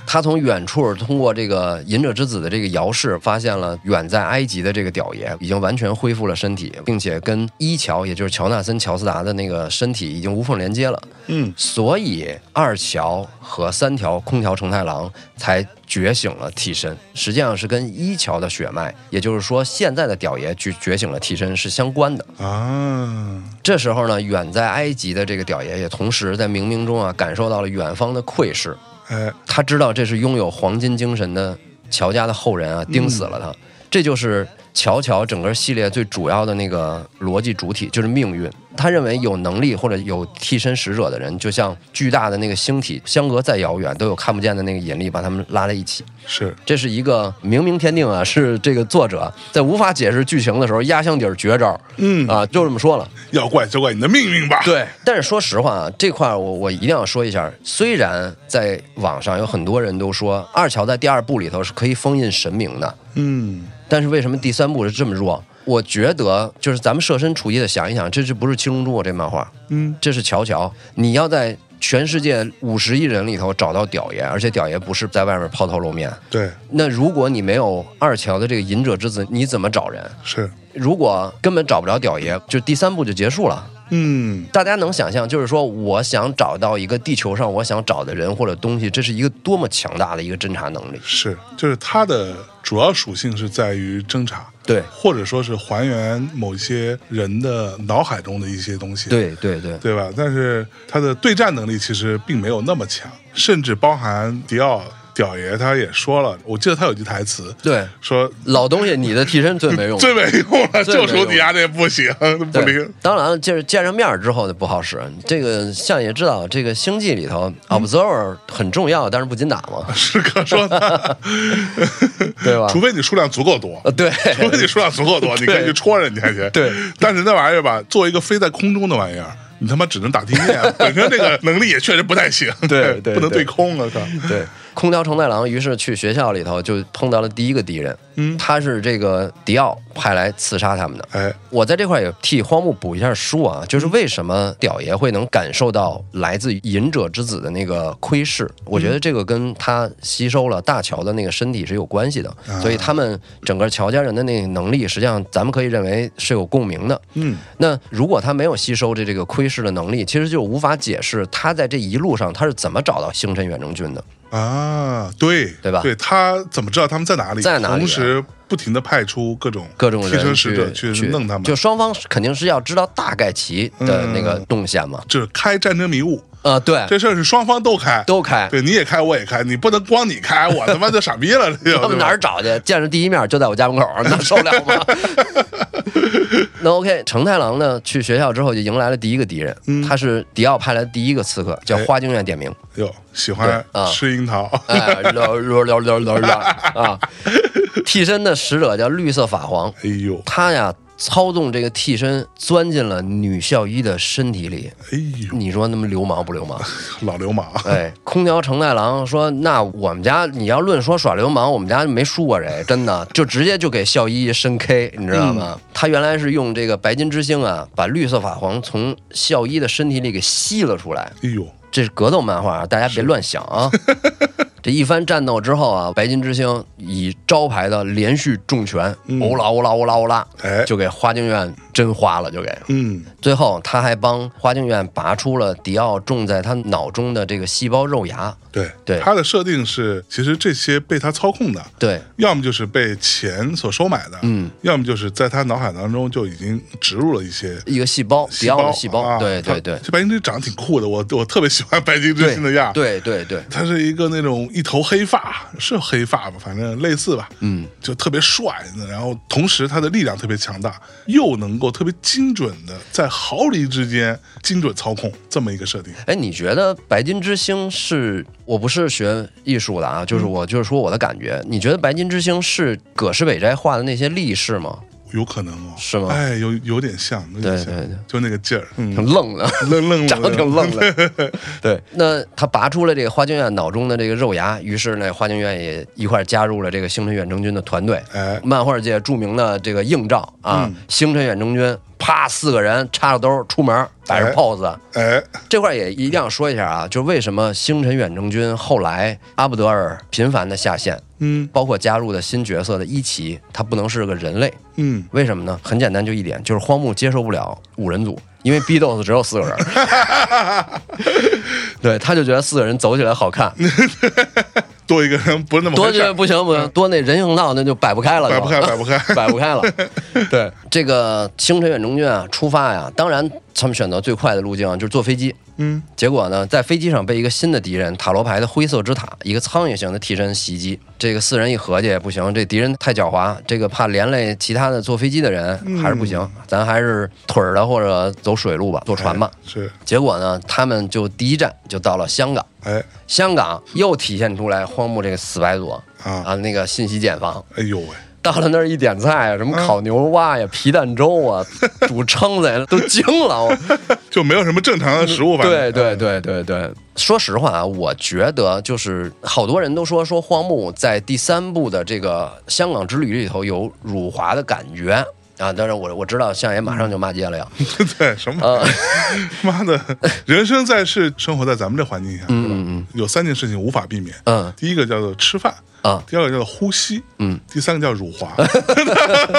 他从远处通过这个隐者之子的这个遥视，发现了远在埃及的这个屌爷已经完全恢复了身体，并且跟一乔，也就是乔纳森·乔斯达的那个身体已经无缝连接了。
嗯，
所以二乔和三条空调承太郎才觉醒了替身，实际上是跟一乔的血脉，也就是说现在的屌爷去觉醒了替身是相关的。
啊，
这时候呢，远在埃及的这个屌爷也同时在冥冥中啊感受到了远方的窥视，
哎，
他知道这是拥有黄金精神的乔家的后人啊盯死了他，这就是乔乔整个系列最主要的那个逻辑主体，就是命运。他认为有能力或者有替身使者的人，就像巨大的那个星体，相隔再遥远都有看不见的那个引力把他们拉在一起。
是
这是一个明明天定啊，是这个作者在无法解释剧情的时候压箱底儿绝招，嗯啊，就这么说了。
要怪就怪你的命运吧，，
对，但是说实话啊，这块儿我我一定要说一下。虽然在网上有很多人都说二乔在第二部里头是可以封印神明的，
嗯，
但是为什么第三部是这么弱？我觉得就是咱们设身处地的想一想，这是不是《七龙珠》啊这漫画？嗯，这是乔乔，你要在全世界五十亿人里头找到屌爷，而且屌爷不是在外面抛头露面。
对，
那如果你没有二乔的这个隐者之子，你怎么找人？
是，
如果根本找不着屌爷，就第三部就结束了。
嗯，
大家能想象，就是说，我想找到一个地球上我想找的人或者东西，这是一个多么强大的一个侦查能力。
是，就是它的主要属性是在于侦查，
对
或者说是还原某些人的脑海中的一些东西，
对对对
对吧？但是它的对战能力其实并没有那么强，甚至包含迪奥屌爷他也说了，我记得他有句台词，
对
说
老东西，你的替身最没 用。
最没用了，就
最没用
属你丫这不行，不灵
对。，当然了，就是见着面儿之后就不好使。这个像也知道，这个星际里头 observer 很重要，但是不禁打 嘛。
是可说的，
对吧
除非你数量足够多
呃，，对，
除非你数量足够多，你可以去戳人家去。
对，
但是那玩意儿吧，作为一个飞在空中的玩意儿，你他妈只能打地面，本身这个能力也确实不太行。
对对
不能
对
对空啊，是吧？
对，空调承太郎于是去学校里头就碰到了第一个敌人，
嗯
他是这个迪奥派来刺杀他们的。
哎，
我在这块也替荒木补一下书啊，就是为什么屌爷会能感受到来自隐者之子的那个窥视？
嗯
我觉得这个跟他吸收了大乔的那个身体是有关系的，
啊
所以他们整个乔家人的那个能力，实际上咱们可以认为是有共鸣的。
嗯，
那如果他没有吸收这这个窥视的能力，其实就无法解释他在这一路上他是怎么找到星辰远征军的。
啊，对，
对吧
对他怎么知道他们在哪里？
在哪里啊
同时不停的派出各种
各种
替
人
身使者
去
去弄他们，
就双方肯定是要知道大概其的那
嗯
个动线嘛。
就是开战争迷雾。
呃，对，
这事儿是双方都开，
都开
对，你也开，我也开，你不能光你开，我他妈就傻逼了， 这就
他们哪儿？找去？见着第一面就在我家门口，那受了吗？ 那 OK，成太郎呢？去学校之后就迎来了第一个敌人，
嗯
他是迪奥派来的第一个刺客，叫
哎
花京院点名。
对 吧哟，喜欢
对啊
吃樱桃，
哎，聊聊聊聊聊聊啊！替身的使者叫绿色法皇，
哎呦，
他呀操纵这个替身钻进了女校医的身体里。
哎呦，
你说那么流氓不流氓？
老流氓，
哎，空调承太郎说：“那我们家你要论说耍流氓，我们家没输过谁，真的就直接就给校医深 K，你知道吗？他原来是用这个白金之星啊，把绿色法皇从校医的身体里给吸了出来。
哎呦，
这是格斗漫画，啊，大家别乱想啊。这一番战斗之后啊，白金之星以招牌的连续重拳，欧啦欧啦欧啦欧啦，
哎
就给花京院真花了，就给。
嗯，
最后，他还帮花京院拔出了迪奥种在他脑中的这个细胞肉芽。
对
对
他的设定是，其实这些被他操控的，
对，
要么就是被钱所收买的，
嗯，
要么就是在他脑海当中就已经植入了一些
一个细胞，迪奥的细胞。
啊
对
他
对对
这白金之长得挺酷的，我我特别喜欢白金之
对
星的样，。
对对对，
他是一个那种一头黑发，是黑发吧，反正类似吧，嗯，就特别帅，然后同时他的力量特别强大，又能够特别精准的在毫厘之间精准操控这么一个设定。
哎，你觉得白金之星是？我不是学艺术的啊，就是我就是说我的感觉。你觉得白金之星是葛饰北斋画的那些力士吗？
有可能哦，
是吗
哎，有有点像，有点
对
像，
对对
就那个劲儿，嗯，
挺愣的。
愣愣的，
长得挺愣的。对，那他拔出了这个花京院脑中的这个肉芽，于是呢，花京院也一块儿加入了这个星辰远征军的团队。
哎
漫画界著名的这个硬照啊，星辰远征军，啪，四个人插着兜儿出门，摆着
哎
pose。
哎，
这块儿也一定要说一下啊，就是为什么星辰远征军后来阿布德尔频繁的下线，
嗯
包括加入的新角色的伊奇，他不能是个人类，
嗯，
为什么呢？很简单，就一点，就是荒木接受不了五人组，因为 B 豆子只有四个 人，对，他就觉得四个人走起来好看，
多一个人不是那么
多
回
觉
事
得
儿，
不行不行，多那人行道那就摆不开了，
嗯摆不开
就
摆不开
摆不开 了。对，这个星辰远征军啊，出发呀，当然他们选择最快的路径啊，就是坐飞机。
嗯，
结果呢，在飞机上被一个新的敌人塔罗牌的灰色之塔，一个苍蝇型的替身袭击。这个四人一合计，不行，这敌人太狡猾，这个怕连累其他的坐飞机的人，
嗯
还是不行，咱还是腿儿的或者走水路吧，坐船吧。
是，
结果呢，他们就第一站就到了香港。
哎
香港又体现出来荒木这个死白左
啊
啊，那个信息茧房。
哎呦喂，
到了那儿一点菜啊，什么烤牛蛙呀、皮蛋粥啊、煮蛏子呀，都惊了我。
就没有什么正常的食物，反
对
正
对对对对，说实话啊，我觉得就是好多人都说说荒木在第三部的这个香港之旅里头有辱华的感觉啊，当然我我知道相爷马上就骂街了呀，
对，什么
呃，
妈的，人生在世，生活在咱们这环境下，
嗯
是吧？有三件事情无法避免，
嗯
第一个叫做吃饭，
啊，
第二个叫做呼吸，
嗯，
第三个叫辱 华，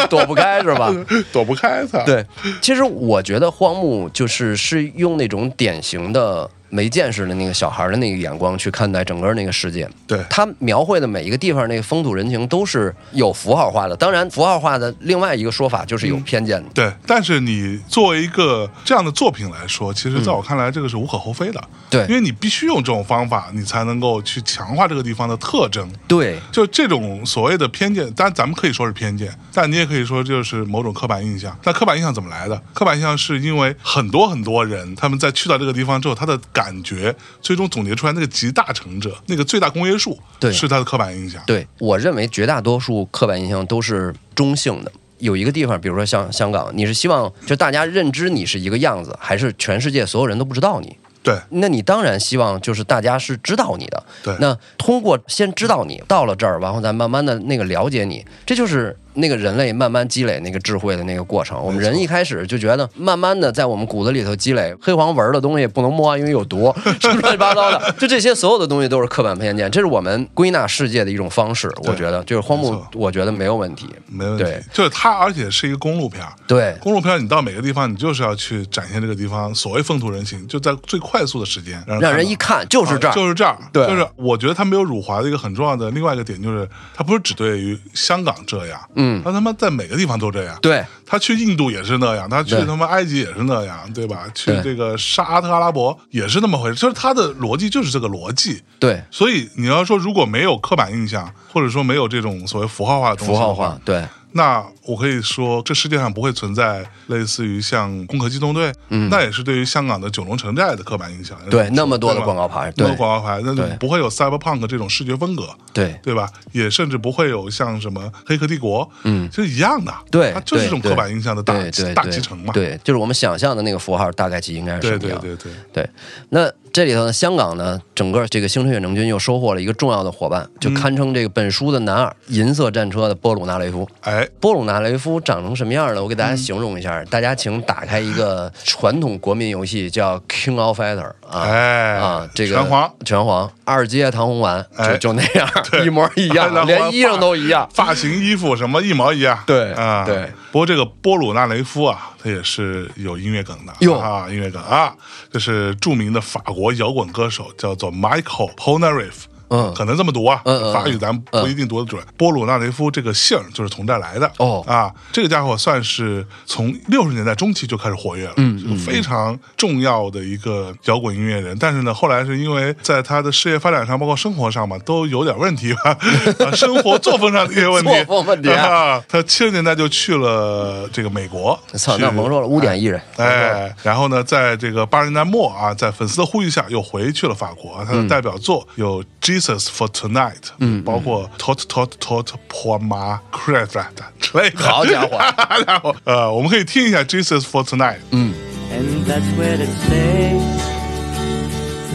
躲不开是吧？
躲不开他，，
对，其实我觉得荒木就是是用那种典型的没见识的那个小孩的那个眼光去看待整个那个世界。
对
他描绘的每一个地方那个风土人情都是有符号化的。当然，符号化的另外一个说法就是有偏见的。
对，但是你作为一个这样的作品来说，其实在我看来，这个是无可厚非的。
对
因为你必须用这种方法，你才能够去强化这个地方的特征。
对，
就这种所谓的偏见，当然咱们可以说是偏见，但你也可以说就是某种刻板印象。那刻板印象怎么来的？刻板印象是因为很多很多人他们在去到这个地方之后，他的感觉最终总结出来那个集大成者，那个最大公约数，
对
是他的刻板印象。
对我认为绝大多数刻板印象都是中性的。有一个地方，比如说像香港，你是希望就大家认知你是一个样子，还是全世界所有人都不知道你？
对
那你当然希望就是大家是知道你的。
对
那通过先知道你到了这儿，然后再慢慢的那个了解你，这就是那个人类慢慢积累那个智慧的那个过程。我们人一开始就觉得，慢慢的在我们骨子里头积累黑黄纹的东西不能摸，因为有 毒，什么乱七八糟的，就这些所有的东西都是刻板偏见，这是我们归纳世界的一种方式。我觉得就是荒
没
木
错，
我觉得没有问题。
没问题
对，
就是它，而且是一个公路片儿。
对
公路片儿，你到每个地方，你就是要去展现这个地方所谓风土人情，就在最快速的时间让
让人
到
一看就是这儿，
啊就是这儿，
对
就是我觉得他没有辱华的一个很重要的另外一个点，就是他不是只对于香港这样，嗯，他他妈在每个地方都这样，，
对
他去印度也是那样，他去
对
他妈埃及也是那样，对吧？去
对
这个沙特阿拉伯也是那么回事，就是他的逻辑就是这个逻辑，
对，
所以你要说如果没有刻板印象，或者说没有这种所谓符号化的东西的
符号
话
化，，对
那我可以说，这世界上不会存在类似于像《攻壳机动队》，嗯，那也是对于香港的九龙城寨的刻板印象。
对那么多的
对吧
广告牌
那么多
对
广告牌，那就
对
不会有 cyberpunk 这种视觉风格，
对
对吧？也甚至不会有像什么《黑客帝国》，嗯，就是一样的，
对，
它就是这种
对
刻板印象的大
对对
大
对
集成嘛。
对，就是我们想象的那个符号大概其应该是什
对
么
对
样。
对对，
对，那这里头呢，香港呢，整个这个星辰远征军又收获了一个重要的伙伴，
嗯
就堪称这个本书的男二，银色战车的波鲁纳雷夫。
哎，
波鲁纳雷夫长成什么样呢？我给
嗯
大家形容一下，大家请打开一个传统国民游戏，叫《King of Fighter》啊。
哎
啊，这个
拳皇
拳皇二阶唐红丸就
哎
就那样，
对
一模一样
然，后
连衣裳
发
都一样。
发型、衣服什么一毛一样。
对
啊，
对。
不过这个波鲁纳雷夫啊，他也是有音乐梗的
哟
啊，音乐梗啊，就是著名的法国摇滚歌手，叫做 Michael Polnareff。
嗯
可能这么读啊，
嗯嗯嗯
法语咱们不一定读得准。波鲁纳雷夫这个姓儿就是从这儿来的
哦
啊，这个家伙算是从六十年代中期就开始活跃了，嗯，是个非常重要的一个摇滚音乐人。但是呢，后来是因为在他的事业发展上，包括生活上嘛，都有点问题吧，啊生活作风上的一些问题，
作风问题
啊。他七十年代就去了这个美国，
操，
去
那甭说了，污点艺人，
哎，然后呢，在这个八十年代末啊，在粉丝的呼吁下，又回去了法国啊。他
嗯
的代表作有《Jesus for Tonight》，嗯，包括《Tot Tot Tot Por Ma c r e d 之类的。
好家伙
好家伙！呃，我们可以听一下《Jesus for Tonight》。
嗯
And that's where it says,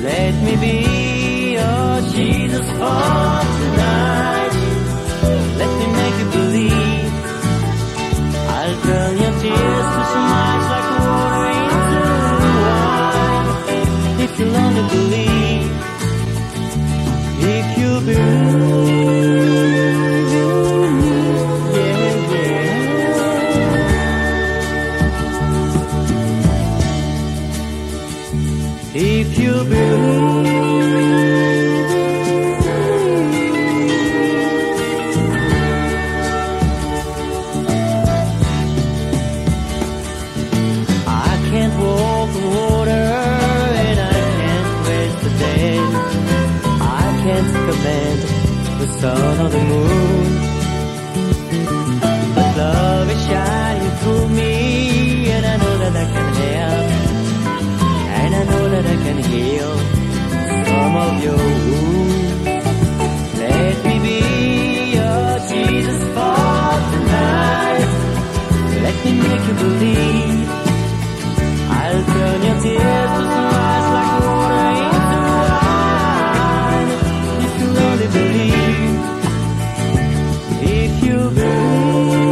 Let me be your Jesus for tonight. Let me make you believe. I'll turn your tears to smiles like water into wine. If you'll only believe, if you'll believe, yeah, yeah. If you believe, I can't walk the water and I can't raise the dead. I can't command the sun or the moon. But love is shining through me and I know that I can help. And I know that I can heal some of your wounds. Let me be your Jesus for tonight. Let me make you believe. I'll turn your tears to smiles like water into wine. If you only believe, if you believe.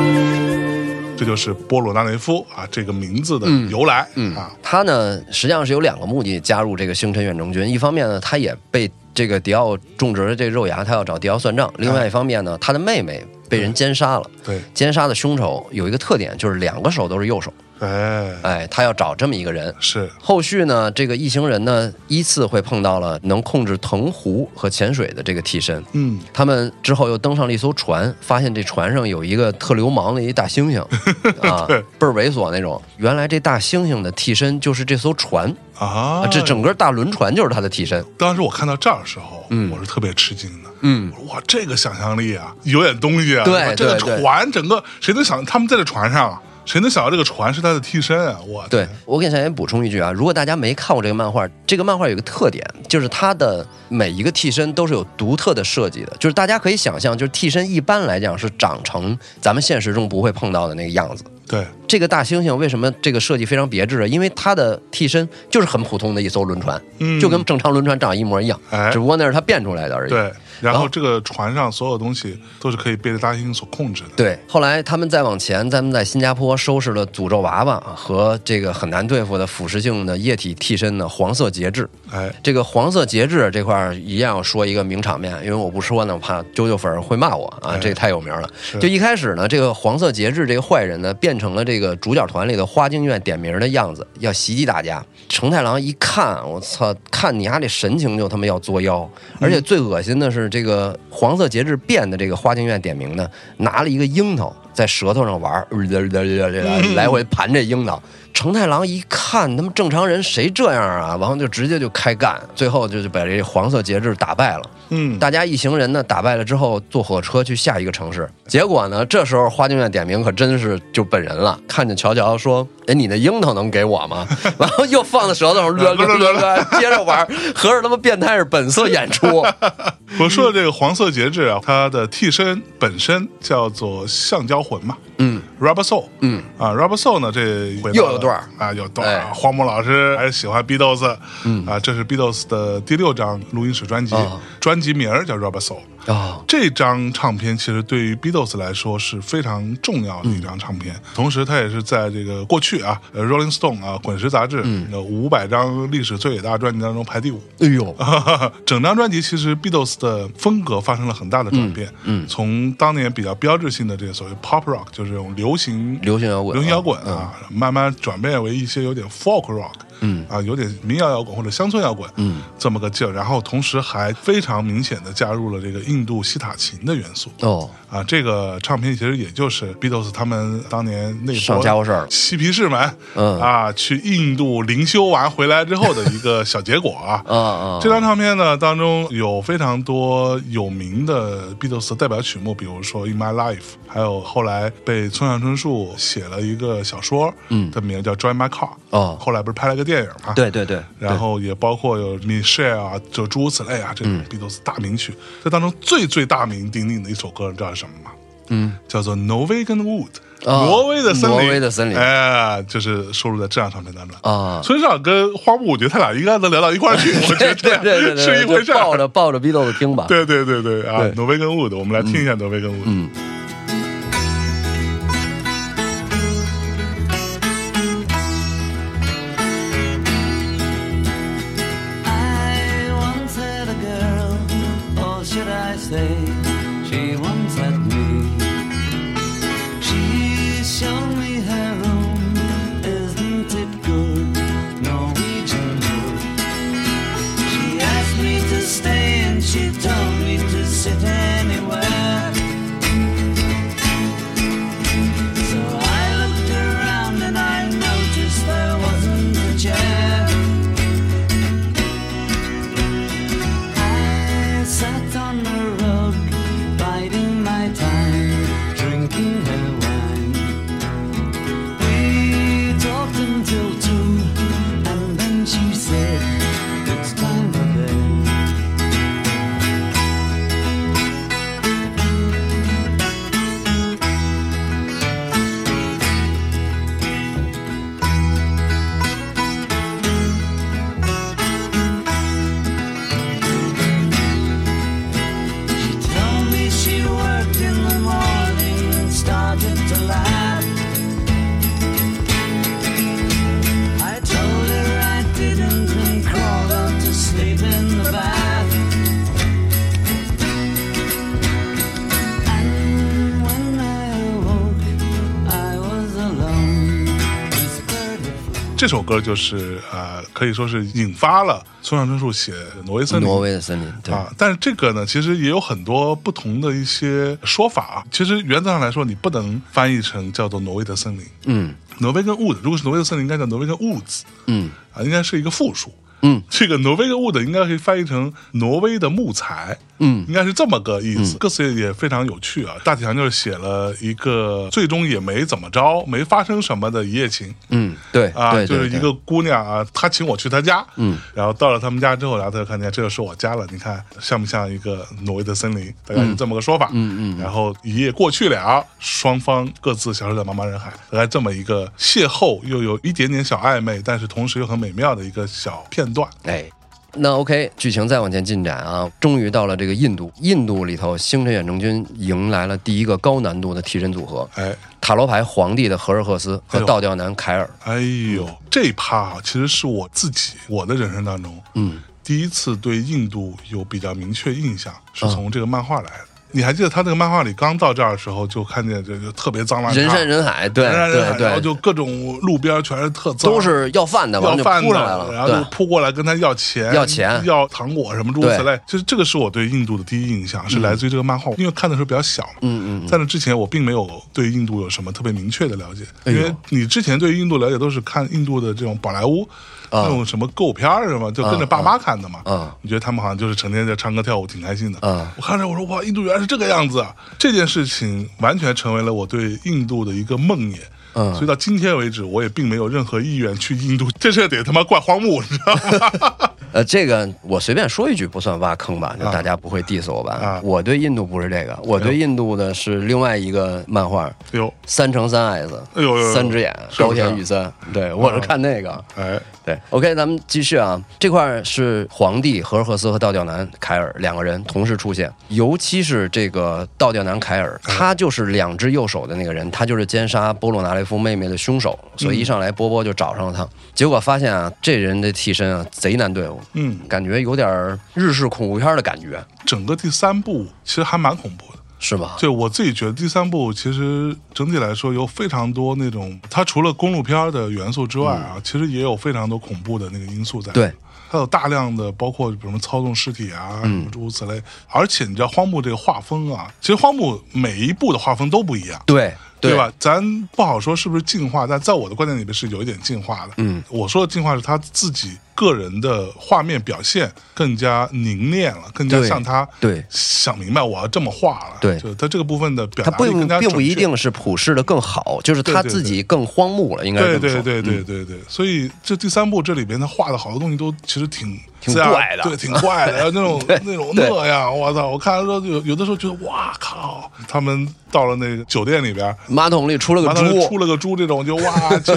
这就是波鲁纳雷夫啊这个名字的
嗯
由来啊。
他呢，实际上是有两个目的加入这个星辰远征军。一方面呢，他也被这个迪奥种植了这肉芽，他要找迪奥算账；另外一方面呢，他的妹妹被人奸杀了。
对
奸杀的凶手有一个特点，就是两个手都是右手。
哎，
哎，他要找这么一个人。
是
后续呢，这个一行人呢依次会碰到了能控制藤壶和潜水的这个替身。
嗯，
他们之后又登上了一艘船，发现这船上有一个特流氓的一大猩猩啊，倍儿猥琐那种。原来这大猩猩的替身就是这艘船
啊
啊，，这整个大轮船就是他的替身。
当时我看到这儿的时候，
嗯
我是特别吃惊的。
嗯
我说哇，这个想象力啊，有点东西啊！
对
我说这个
对对
船整个谁能想他们在这船上啊，谁能想到这个船是他的替身啊？我
对，我给小爷补充一句啊，如果大家没看过这个漫画，这个漫画有一个特点，就是它的每一个替身都是有独特的设计的，就是大家可以想象，就是替身一般来讲是长成咱们现实中不会碰到的那个样子。
对
这个大猩猩为什么这个设计非常别致啊？因为它的替身就是很普通的一艘轮船，
嗯
就跟正常轮船长一模一样，
哎
只不过那是它变出来的而已。
对，
然
然
后
后这个船上所有东西都是可以被大猩猩所控制的。
对，后来他们再往前，咱们在新加坡收拾了诅咒娃娃和这个很难对付的腐蚀性的液体替身的黄色节制。
哎，
这个黄色节制这块儿一样要说一个名场面，因为我不说呢，我怕啾啾粉儿会骂我啊，这个太有名了。就一开始呢，这个黄色节制这个坏人呢，变成了这个主角团里的花京院点名的样子，要袭击大家。成太郎一看，我操，看你丫、这神情就他妈要作妖，而且最恶心的是，这个黄色节制变的这个花京院点名呢，拿了一个樱桃在舌头上玩儿，来回盘这樱桃。成太郎一看，他们正常人谁这样啊？完后就直接就开干，最后就就把这黄色节制打败了。
嗯，
大家一行人呢打败了之后，坐火车去下一个城市。结果呢，这时候花京院点名可真是就本人了，看见乔乔说：“哎，你那樱桃能给我吗？” 然后又放在舌头上，捋捋捋捋，接着玩，合着他妈变态是本色演出。
我说的这个黄色节制啊，它的替身本身叫做橡胶魂嘛，
嗯
，Rubber Soul，
嗯
啊，Rubber Soul 呢，这回到了
又有段儿
啊，有段儿啊
哎。
荒木老师还是喜欢 Beatles，嗯啊，这是 Beatles 的第六张录音室专辑
啊，
专辑名儿叫 Rubber Soul。
哦，
这张唱片其实对于 Beatles 来说是非常重要的一张唱片，同时它也是在这个过去啊，呃，Rolling Stone 啊，滚石杂志五百张历史最伟大专辑当中排第五。
哎呦，
整张专辑其实 Beatles 的风格发生了很大的转变，
嗯嗯
从当年比较标志性的这个所谓 pop rock，就是这种流行
流行摇滚，
流行摇滚啊，慢慢转变为一些有点 folk rock，
嗯
啊，有点民谣摇滚或者乡村摇滚，
嗯，
这么个劲儿，然后同时还非常明显的加入了这个印度西塔琴的元素。
哦，
啊，这个唱片其实也就是 Beatles 他们当年那波
上家伙事儿了
嬉皮士们，
嗯
啊，去印度灵修完回来之后的一个小结果 啊，
啊啊，
这张唱片呢当中有非常多有名的 Beatles 的代表曲目，比如说《In My Life》，还有后来被村上春树写了一个小说，
嗯
的名字叫《Drive My Car》，
哦
后来不是拍了个电影嘛？
对对对，
然后也包括有 Michelle 啊，就诸如此类啊，这
嗯
种 Beatles 大名曲。这当中最最大名鼎鼎的一首歌，你知道是什么吗？
嗯，
叫做《Norwegian Wood》，
啊
挪威的森林，
挪威的森林
哎，就是收录在这张唱片当中。
啊。
村上跟花木，我觉得他俩应该能聊到一块儿 去，我觉
对
得这
对
样
对对，
是一回事
就抱
儿。
着抱着 B 豆子听吧。
对对对对啊
对，
挪威跟 Wood，我们来听一下挪威跟 Wood。
嗯
I once had a girl, or should I say, she once had me. She showed me her room, isn't it good? Norwegian wood. She asked me to stay and she told me to sit anywhere. So I looked around and I noticed there wasn't a chair. I sat on the road, biding my time, drinking her wine. We talked until two, and then she said, It's time for bed.
这首歌就是呃，可以说是引发了村上春树写挪威森林。
挪威的森林，对，
啊，但是这个呢，其实也有很多不同的一些说法。啊其实原则上来说，你不能翻译成叫做挪威的森林。
嗯
挪威跟 wood，如果是挪威的森林，应该叫挪威跟 woods
嗯
啊，应该是一个复数。
嗯，
这个挪威跟 wood 应该可以翻译成挪威的木材。
嗯
应该是这么个意思。歌词也非常有趣啊，大体上就是写了一个最终也没怎么着，没发生什么的一夜情。
嗯，对，
啊，
对，
就是
对
一个姑娘啊，她请我去她家，
嗯，
然后到了他们家之后，然后她就看见这就是我家了，你看像不像一个挪威的森林？大概是这么个说法，嗯嗯。然后一夜过去了，双方各自消失在茫茫人海，大概这么一个邂逅又有一点点小暧昧，但是同时又很美妙的一个小片段。
哎，那 OK，剧情再往前进展啊，终于到了这个印度。印度里头，星辰远征军迎来了第一个高难度的替身组合
哎，
——塔罗牌皇帝的荷尔赫斯和
哎呦
倒吊男凯尔。
哎呦，这一趴啊，其实是我自己我的人生当中，
嗯，
第一次对印度有比较明确印象，是
嗯
从这个漫画来的。你还记得他那个漫画里刚到这儿的时候，就看见这个特别脏乱差，
人山人海，对
人山人海
对
然后
对，
就各种路边全是特脏，
都是要饭的，
要
完就
饭
扑上来
的，然
了，
后就
对。
扑过来跟他要钱，
要钱
要糖果什么诸如此类。就是这个是我对印度的第一印象，是来自于这个漫画，因为看的时候比较小嘛。
嗯嗯嗯
在那之前，我并没有对印度有什么特别明确的了解，
哎
因
呦
为你之前对印度了解都是看印度的这种宝莱坞、
啊
那种什么歌舞片儿什么，就跟着爸妈看的嘛。
嗯嗯
你觉得他们好像就是成天在唱歌跳舞，挺开心的。
嗯
我看着我说哇，印度原来是这个样子啊！这件事情完全成为了我对印度的一个梦魇。
嗯
所以到今天为止，我也并没有任何意愿去印度， 这事儿得他妈怪荒木，你知道 吗？
呃，这个我随便说一句不算挖坑吧，就大家不会 diss 我吧？
啊
我对印度不是这个，我对印度的是另外一个漫画。
哎呦，
三乘三 S，
哎呦呦呦
三只眼，
是不
高
是啊
田裕三，对我是看那个，
哎，
对，OK，咱们继续啊。这块儿是皇帝荷尔赫斯和倒吊男凯尔两个人同时出现，尤其是这个倒吊男凯尔，他就是两只右手的那个人，他就是奸杀波洛拿雷夫妹妹的凶手，
嗯
所以一上来波波就找上了他。结果发现啊，这人的替身啊贼难对付，
嗯
感觉有点儿日式恐怖片的感觉，
整个第三部其实还蛮恐怖的。
是吧？
对我自己觉得第三部其实整体来说有非常多那种，它除了公路片儿的元素之外啊，其实也有非常多恐怖的那个因素在。
对。
它有大量的包括什么操纵尸体啊，什么诸如此类。而且你知道荒木这个画风啊，其实荒木每一部的画风都不一样。
对
对？吧？咱不好说是不是进化，但在我的观点里面是有一点进化的。
嗯，
我说的进化是他自己个人的画面表现更加凝练了，更加
对
像他
对
想明白我要这么画了。
对
就他这个部分的表
他
达力
并
更加
并不
准
一
确
定是普世的更好，就是他
对对对
自己更荒谬了，应该
对
是这么
对
说。嗯
对对对对，所以这第三部这里边他画的好多东西都其实挺
挺
自然
怪的
对，挺怪的，然后那种
对
那种
对
那样，我操！我看的时候有有的时候觉得哇靠，他们到了那个酒店里边，
马桶里出了个
完了
猪，
出了个猪这种，就 哇去，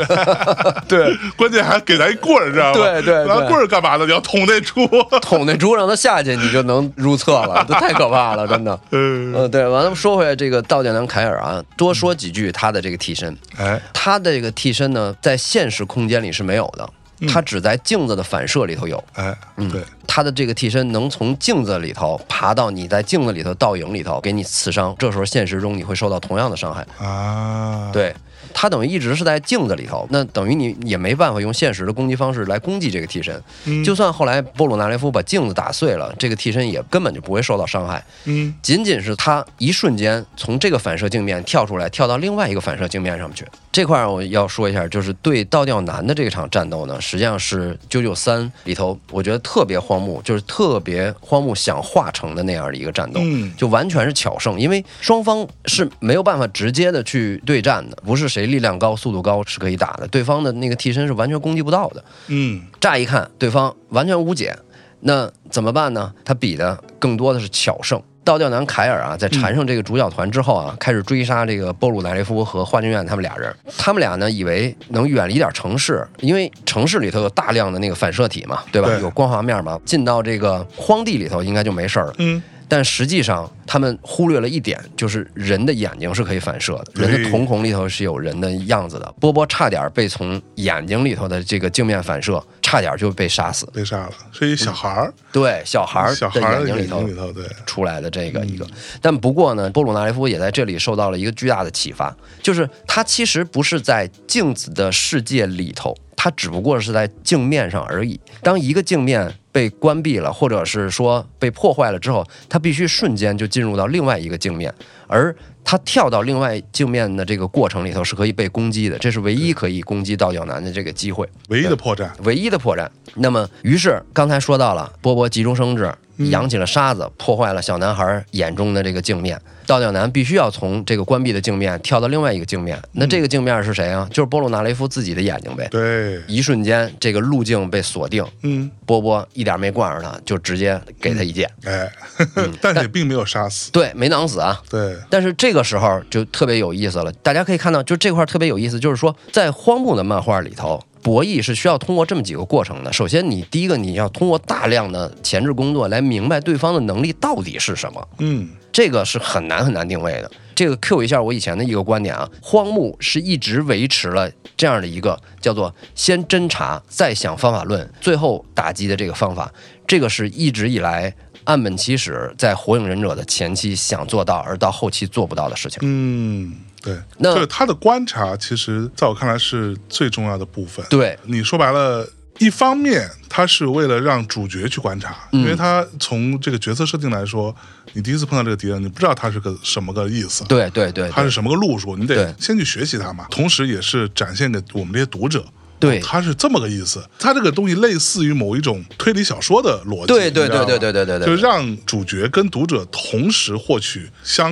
对，关键还给咱一棍儿，知道吗？
对对对
拿棍儿干嘛的？你要捅那猪，
捅那猪让它下去，你就能入册了，这太可怕 了，真的。
嗯，
呃，对，完了说回来，这个道教男凯尔啊，多说几句他的这个替身。
哎，
他的这个替身呢，在现实空间里是没有的，他只在镜子的反射里头有。
嗯哎，
嗯
对，
他的这个替身能从镜子里头爬到你在镜子里头倒影里头给你刺伤，这时候现实中你会受到同样的伤害。
啊，，
对，他等于一直是在镜子里头，那等于你也没办法用现实的攻击方式来攻击这个替身。就算后来波鲁纳雷夫把镜子打碎了，这个替身也根本就不会受到伤害。
嗯，
仅仅是他一瞬间从这个反射镜面跳出来，跳到另外一个反射镜面上去。这块儿我要说一下，就是对倒吊男的这场战斗呢，实际上是九九三里头，我觉得特别荒木，就是特别荒木想化成的那样的一个战斗，
嗯
就完全是巧胜，因为双方是没有办法直接的去对战的，不是谁力量高、速度高是可以打的，对方的那个替身是完全攻击不到的。
嗯，
乍一看对方完全无解，那怎么办呢？他比的更多的是巧胜。倒吊男凯尔啊，在缠上这个主角团之后啊，开始追杀这个波鲁奈雷夫和花君院他们俩人。他们俩呢，以为能远离点城市，因为城市里头有大量的那个反射体嘛，对吧？
对
有光滑面嘛，进到这个荒地里头应该就没事儿了。
嗯，
但实际上他们忽略了一点，就是人的眼睛是可以反射的，
对
人的瞳孔里头是有人的样子的。波波差点被从眼睛里头的这个镜面反射，差点就被杀死。
被杀了，是一小孩儿，
对，小嗯孩儿
小
的
孩儿
眼睛里
眼
头
睛里头，对，
出来的这个一个。但不过呢，波鲁纳雷夫也在这里受到了一个巨大的启发，就是他其实不是在镜子的世界里头。它只不过是在镜面上而已。当一个镜面被关闭了，或者是说被破坏了之后，它必须瞬间就进入到另外一个镜面，而它跳到另外镜面的这个过程里头是可以被攻击的，这是唯一可以攻击倒角男的这个机会。
唯一的破绽，
唯一的破绽。那么，于是刚才说到了，波波急中生智，
嗯
扬起了沙子，破坏了小男孩眼中的这个镜面。倒吊男必须要从这个关闭的镜面跳到另外一个镜面。那这个镜面是谁啊？就是波鲁纳雷夫自己的眼睛呗。
嗯对，
一瞬间，这个路径被锁定，
嗯，
波波一点没惯着他，就直接给他一剑。
哎，
嗯
但是也并没有杀死，
对，没囊死啊，
对，
但是这个时候就特别有意思了，大家可以看到，就这块特别有意思，就是说在荒木的漫画里头。博弈是需要通过这么几个过程的。首先，你第一个你要通过大量的前置工作来明白对方的能力到底是什么，
嗯，
这个是很难很难定位的。这个 Q 一下我以前的一个观点啊，荒木是一直维持了这样的一个叫做先侦查再想方法论，最后打击的这个方法，这个是一直以来岸本齐史在《火影忍者》的前期想做到而到后期做不到的事情。
嗯，对，
那
就是他的观察，其实在我看来是最重要的部分。
对，
你说白了。一方面，他是为了让主角去观察，因
嗯
为他从这个角色设定来说，你第一次碰到这个敌人，你不知道他是个什么个意思，
对对对，
他
对
是什么个路数，你得
对
先去学习他嘛。同时，也是展现给我们这些读者，哦
对
他是这么个意思。他这个东西类似于某一种推理小说的逻辑，
对对
你知道吗
对对对对对对
就是让主角跟读者同时获取相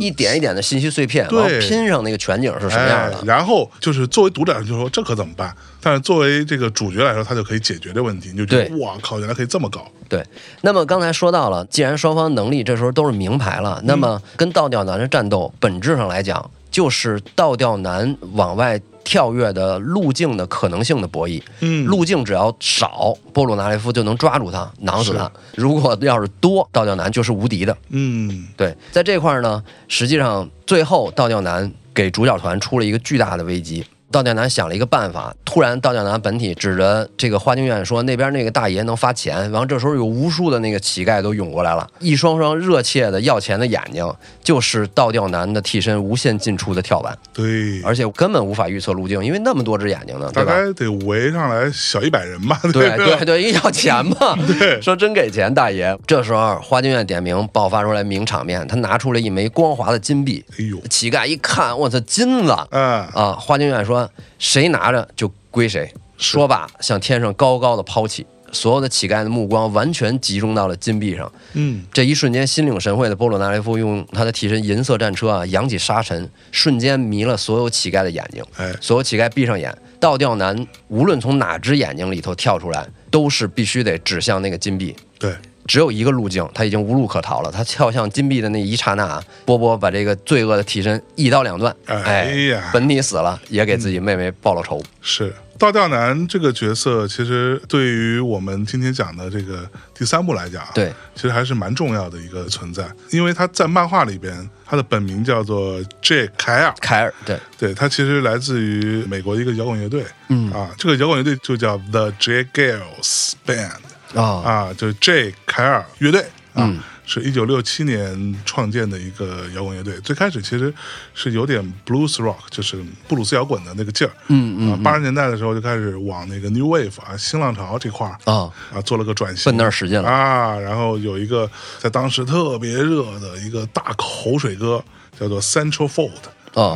一点一点的信息碎片，然
对
后拼上那个全景是什么样
哎
的。
然后就是作为读者来说，这可怎么办？但是作为这个主角来说，他就可以解决这问题，你就觉得
对
哇靠，原来可以这么搞。
对，那么刚才说到了，既然双方能力这时候都是明牌了，那么跟倒吊男的战斗，本质上来讲就是倒吊男往外。跳跃的路径的可能性的博弈，
嗯
路径只要少，波鲁纳雷夫就能抓住他，囊死他。如果要是多，倒吊男就是无敌的。
嗯，
对，在这块儿呢，实际上最后倒吊男给主角团出了一个巨大的危机。倒吊男想了一个办法，突然倒吊男本体指着这个花京院说：“那边那个大爷能发钱。”然后这时候有无数的那个乞丐都涌过来了，一双双热切的要钱的眼睛，就是倒吊男的替身无限进出的跳板，
对，
而且根本无法预测路径，因为那么多只眼睛呢，
大
对吧？
概得围上来小一百人吧。
对
吧
对对，因为要钱嘛
对。
说真给钱，大爷。这时候花京院点名爆发出来名场面，他拿出了一枚光滑的金币。
哎呦，
乞丐一看，我操，金子
啊，
啊！花京院说，谁拿着就归谁。说罢，向天上高高的抛起。所有的乞丐的目光完全集中到了金币上。
嗯，
这一瞬间，心领神会的波罗纳雷夫用他的替身银色战车啊，扬起沙尘，瞬间迷了所有乞丐的眼睛。
哎
所有乞丐闭上眼，倒吊男无论从哪只眼睛里头跳出来，都是必须得指向那个金币。
对，
只有一个路径，他已经无路可逃了。他跳向金币的那一刹那啊，波波把这个罪恶的替身一刀两断，
哎
哎
呀
本体死了，也给自己妹妹报了仇。
是倒吊男这个角色，其实对于我们今天讲的这个第三部来讲，啊
对，
其实还是蛮重要的一个存在，因为他在漫画里边，他的本名叫做 J 凯尔，
凯尔，对
对，它其实来自于美国的一个摇滚乐队，嗯啊，这个摇滚乐队就叫 The J Girls Band
啊，
啊，就是 J 凯尔乐队啊，是一九六七年创建的一个摇滚乐队。最开始其实是有点 blues rock，就是布鲁斯摇滚的那个劲儿，嗯嗯，八、十年代的时候就开始往那个 new wave 啊新浪潮这块儿
啊
啊做了个转型，
奔那儿使劲了
啊，然后有一个在当时特别热的一个大口水歌，叫做 Central Fold。
哦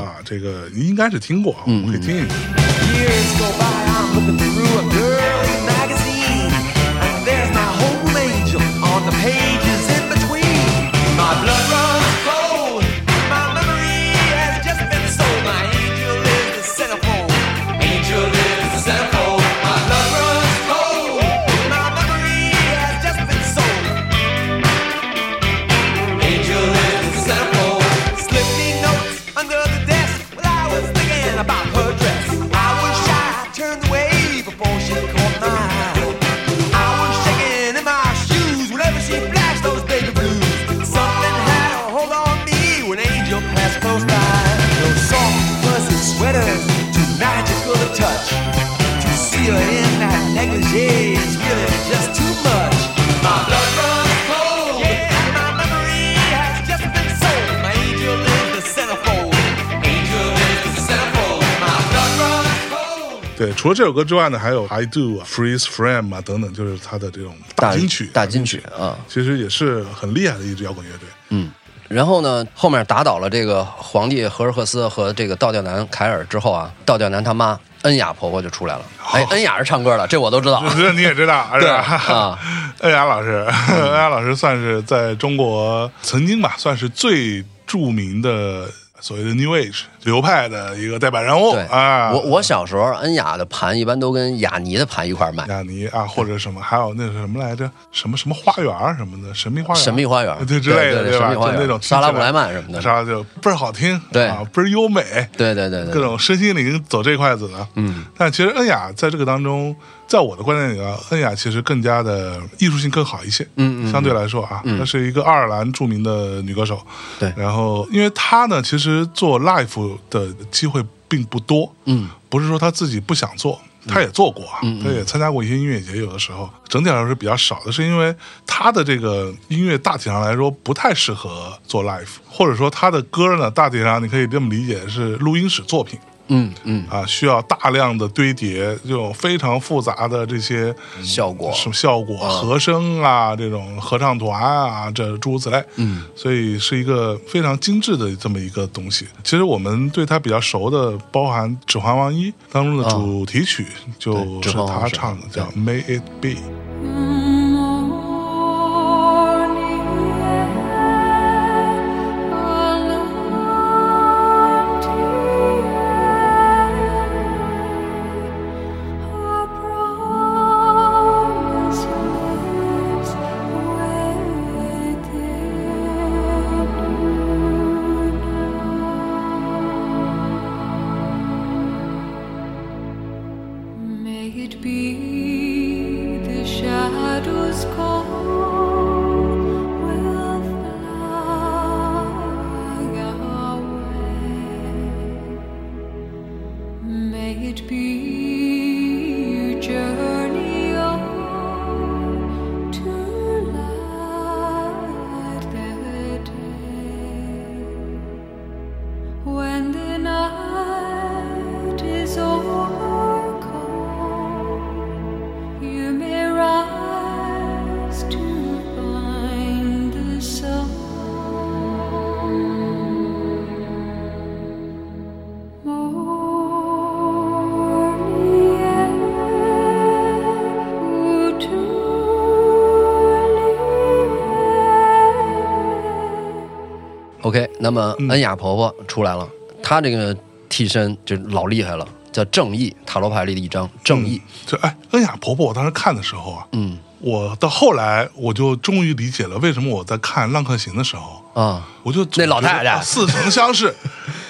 嗯
啊，这个你应该是听过，啊我们可以听一听。
Years go by, I'm looking through a girl's magazine. There's my whole angel on the pages in between. My blood runs cold, my memory has just been sold. My angel is the centerfold. Angel is the centerfold. My blood runs cold, my memory has just been sold. Angel is the centerfold. Slipped me notes under the desk while I was thinking about her dress. I was shy, turned away before she caught my eye. I was shaking in my shoes whenever she flashed those baby blues. Something had a hold on me when Angel passed close by. Those soft fuzzy sweaters, too magical to touch. To see her in that negligee is really just too much. My blood runs cold. Oh, My memory has just been sold. My angel
嗯
is the centerfold. Angel is the centerfold. My blood runs cold.
对，除了这首歌之外呢，还有 I Do 啊、Freeze Frame 啊等等，就是他的这种大金曲、
大金曲啊。
其实也是很厉害的一支摇滚乐队。
然后呢，后面打倒了这个皇帝和尔赫斯和这个倒吊男凯尔之后啊，倒吊男他妈恩雅婆婆就出来了。
哦
哎，恩雅是唱歌的，这我都 知道。
这你也知道， 是吧？
啊， 嗯
恩雅老师，恩雅老师算是在中国曾经吧，算是最著名的所谓的 New Age 流派的一个代表人物
对
啊。
我我小时候恩雅的盘一般都跟雅尼的盘一块儿卖，
雅尼啊，或者什么，还有那是什么来着？什么什么花园儿什么的，神秘花园儿，
神秘花园儿
对之类的，
对对对
吧？
神秘花
就
园儿
那种
莎拉布莱曼什么的
莎拉就倍儿好听，
对
啊倍儿优美，
对对对对，
各种身心灵走这块子的。嗯，但其实恩雅在这个当中，在我的观念里啊，恩雅其实更加的艺术性更好一些。嗯嗯，相对来说啊，她是一个爱尔兰著名的女歌手。
对
然后因为她呢，其实做 live 的机会并不多。嗯，不是说她自己不想做。她也做过啊，
嗯
她也参加过一些音乐节，有的时候整体来说是比较少的，是因为她的这个音乐大体上来说不太适合做 live，或者说她的歌呢，大体上你可以这么理解是录音室作品，
嗯嗯，
啊，需要大量的堆叠这种非常复杂的这些
效果嗯
什么效果、和声啊，这种合唱团啊，这诸如此类。嗯，所以是一个非常精致的这么一个东西。其实我们对它比较熟的，包含《指环王一》当中的主题曲，就
嗯指
是
环王
他
是
唱的，
对
叫《May It Be》。
May it be the shadows cold will fly away. May it be you journey on to light the day. When the night is overcome, you may rise to find the sun. Morning, to live.
OK，那么
嗯
恩雅婆婆出来了，她这个替身就老厉害了，叫正义塔罗牌里的一张正义。
就哎，恩雅婆婆，我当时看的时候啊，嗯，我到后来我就终于理解了为什么我在看《浪客行》的时候
啊
我就总
那老
觉得
太太
啊似曾相 识，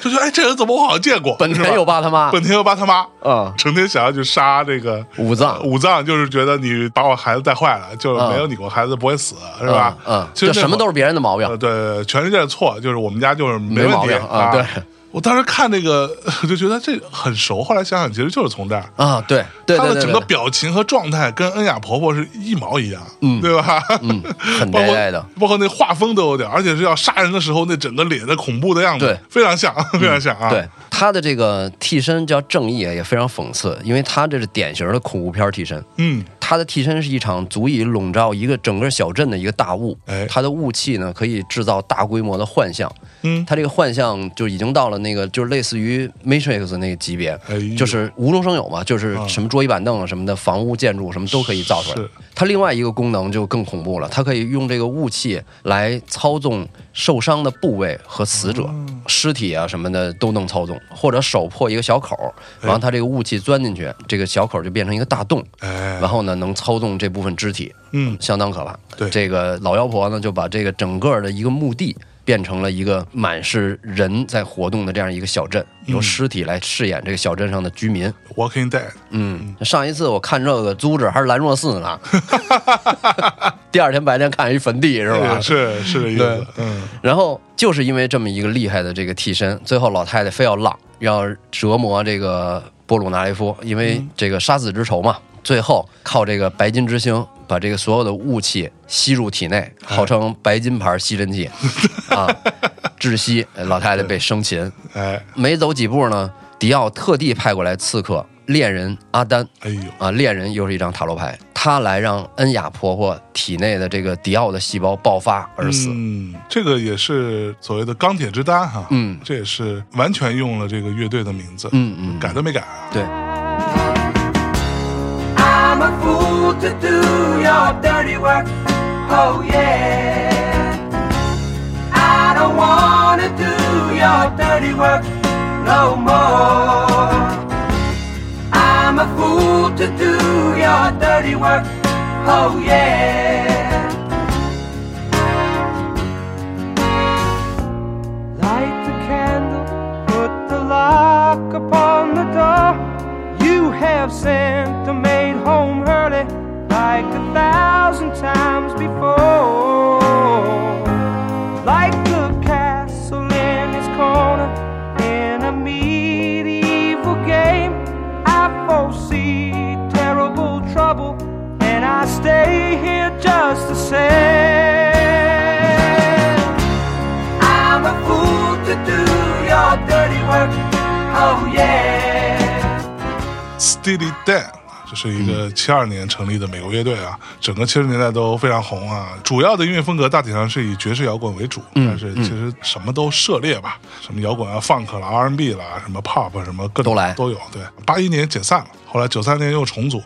就觉得哎，这人怎么我好像见过？
本田
是吧
有八他妈
本田有八他妈，
啊
成天想要去杀这个
武藏
武藏就是觉得你把我孩子带坏了，就是没有你，我孩子不会死，是吧？
嗯，嗯
其
这
实那会儿
什么都是别人的毛病
呃，。对，全世界的错，就是我们家就是没问
没毛
题
病啊对
我当时看那个就觉得这很熟，后来想想其实就是从这儿。
啊，对对
她的
对对
整个
对对，
表情和状态跟恩雅婆婆是一毛一样，嗯，对吧？嗯
很呆呆的
包括那画风都有点，而且是要杀人的时候那整个脸的恐怖的样子，
对嗯
非常像，非常像啊。
对，她的这个替身叫正义，也非常讽刺，因为她这是典型的恐怖片替身。
嗯，
她的替身是一场足以笼罩一个整个小镇的一个大雾
哎，
她的雾气呢可以制造大规模的幻象。
嗯
她这个幻象就已经到了那个就是类似于 Matrix 那个级别
哎呦，
就是无中生有嘛，就是什么桌椅板凳啊什么的，房屋建筑什么都可以造出来
是。
它另外一个功能就更恐怖了，它可以用这个雾气来操纵受伤的部位和死者、
嗯
尸体啊什么的都能操纵，或者手破一个小口，然后它这个雾气钻进去，这个小口就变成一个大洞，
哎
然后呢能操纵这部分肢体，
嗯
相当可怕。
对
这个老妖婆呢就把这个整个的一个墓地。变成了一个满是人在活动的这样一个小镇，
嗯
由尸体来饰演这个小镇上的居民。
，Walking Dead，
嗯，上一次我看这个租址还是兰若寺呢，第二天白天看一坟地
哎
是吧？
是是这意
啊对
思，嗯。
然后就是因为这么一个厉害的这个替身，最后老太太非要浪，要折磨这个波鲁纳雷夫，因为这个杀子之仇嘛。最后靠这个白金之星把这个所有的雾气吸入体内，号称白金牌吸尘器啊，窒息老太太被生擒。
哎，
没走几步呢，迪奥特地派过来刺客恋人阿丹
哎呦，
啊，恋人又是一张塔罗牌，他来让恩雅婆婆体内的这个迪奥的细胞爆发而死。
嗯，这个也是所谓的钢铁之丹哈，
嗯
这也是完全用了这个乐队的名字，
嗯嗯
改都没改啊，
对，
I'm a fool to do your dirty work. Oh yeah. I don't wanna do your dirty work no more. I'm a fool to do your dirty work. Oh yeah. Light the candle, put the lock upon the door. You have sent the maid home early, like a thousand times before. Like the castle in its corner in a medieval game, I foresee terrible trouble, and I stay here just the same. I'm a fool to do your dirty work. Oh yeah.
Steely Dan。这是一
嗯
个七二年成立的美国乐队啊，整个七十年代都非常红啊。主要的音乐风格大体上是以爵士摇滚为主，
嗯
但是其实什么都涉猎吧，什么摇滚啊、funk 啦、R&B 啦、什么 pop 啊什么各种
都来
都有。对，八一年解散了，后来九三年又重组，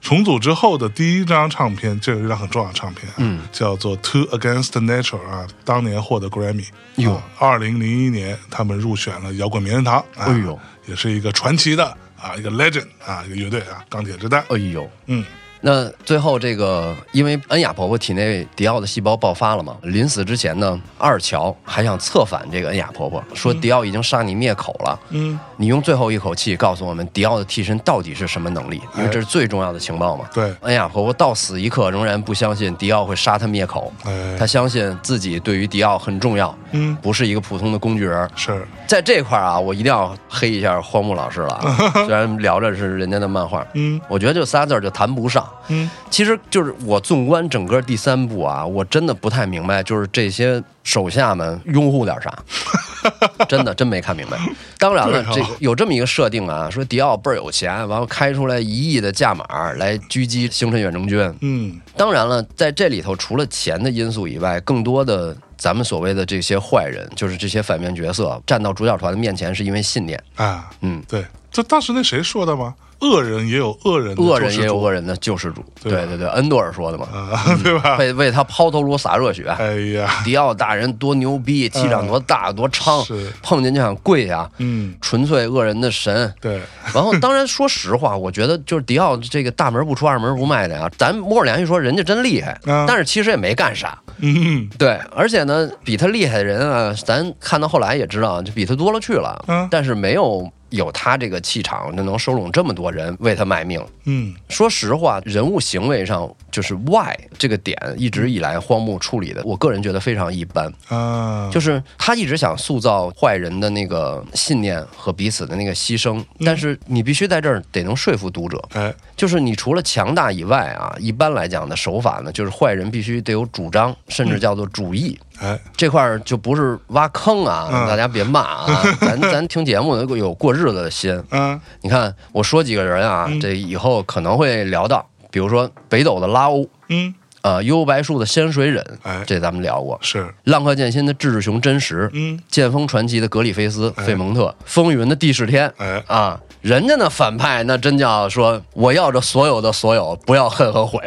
重组之后的第一张唱片，这有一张很重要的唱片、嗯，叫做《Two Against Nature》啊，当年获得 Grammy。啊
哟
二零零一年他们入选了摇滚名人堂。啊
哎呦，
也是一个传奇的啊，一个 legend 啊，一个乐队啊，钢铁之蛋。
哎呦，
嗯，
那最后这个，因为恩雅婆婆体内迪奥的细胞爆发了嘛，临死之前呢，二乔还想策反这个恩雅婆婆，说迪奥已经杀你灭口了，
嗯，
你用最后一口气告诉我们迪奥的替身到底是什么能力，因为这是最重要的情报嘛。
哎对
恩雅婆婆到死一刻仍然不相信迪奥会杀她灭口，
哎
她相信自己对于迪奥很重要，
嗯
不是一个普通的工具人儿，
是，
在这块儿啊，我一定要黑一下荒木老师了啊。 虽然聊着是人家的漫画，
嗯
我觉得就仨字儿就谈不上。
嗯，
其实就是我纵观整个第三部啊，我真的不太明白，就是这些手下们拥护 点啥。真的真没看明白。当然了，
对
这
啊
有这么一个设定啊，说迪奥倍儿有钱，完后开出来一亿的价码来狙击星辰远征军。
嗯，
当然了，在这里头除了钱的因素以外，更多的咱们所谓的这些坏人，就是这些反面角色，站到主角团的面前是因为信念。
啊，
嗯，
对，这当时那谁说的吗？恶人也有恶人的
恶
救
人
世
也有嗯
主
恶人的救世主，
对吧
对对对，恩多尔说的嘛，
啊， 对吧？
为为他抛头颅洒热血。
哎呀，
迪奥大人多牛逼，气场多大多猖
哎是，
碰见就想跪下，
嗯，
纯粹恶人的神。
对，
然后，当然说实话，我觉得就是迪奥这个大门不出二门不迈的啊，咱摸着良心说，人家真厉害，
啊
但是其实也没干啥。
嗯，
对，而且呢，比他厉害的人啊，咱看到后来也知道，就比他多了去了。
嗯
但是没有有他这个气场，就能收拢这么多人为他卖命。
嗯，
说实话，人物行为上就是 why 这个点，一直以来荒木处理的，我个人觉得非常一般。
啊，
就是他一直想塑造坏人的那个信念和彼此的那个牺牲，但是你必须在这儿得能说服读者。
哎，
就是你除了强大以外啊，一般来讲的手法呢，就是坏人必须得有主张，甚至叫做主义。
哎，
这块儿就不是挖坑啊，
嗯
大家别骂 啊，咱咱听节目有有过日子的心。
啊，
你看我说几个人啊，
嗯
这以后可能会聊到，比如说北斗的拉欧，
嗯，
呃，幽白树的仙水忍
哎，
这咱们聊过。
是，
浪客剑心的志志雄真实，
嗯，
剑锋传奇的格里菲斯、
哎
费蒙特，风云的帝释天，
哎
啊，人家那反派那真叫说，我要这所有的所有，不要恨 和悔，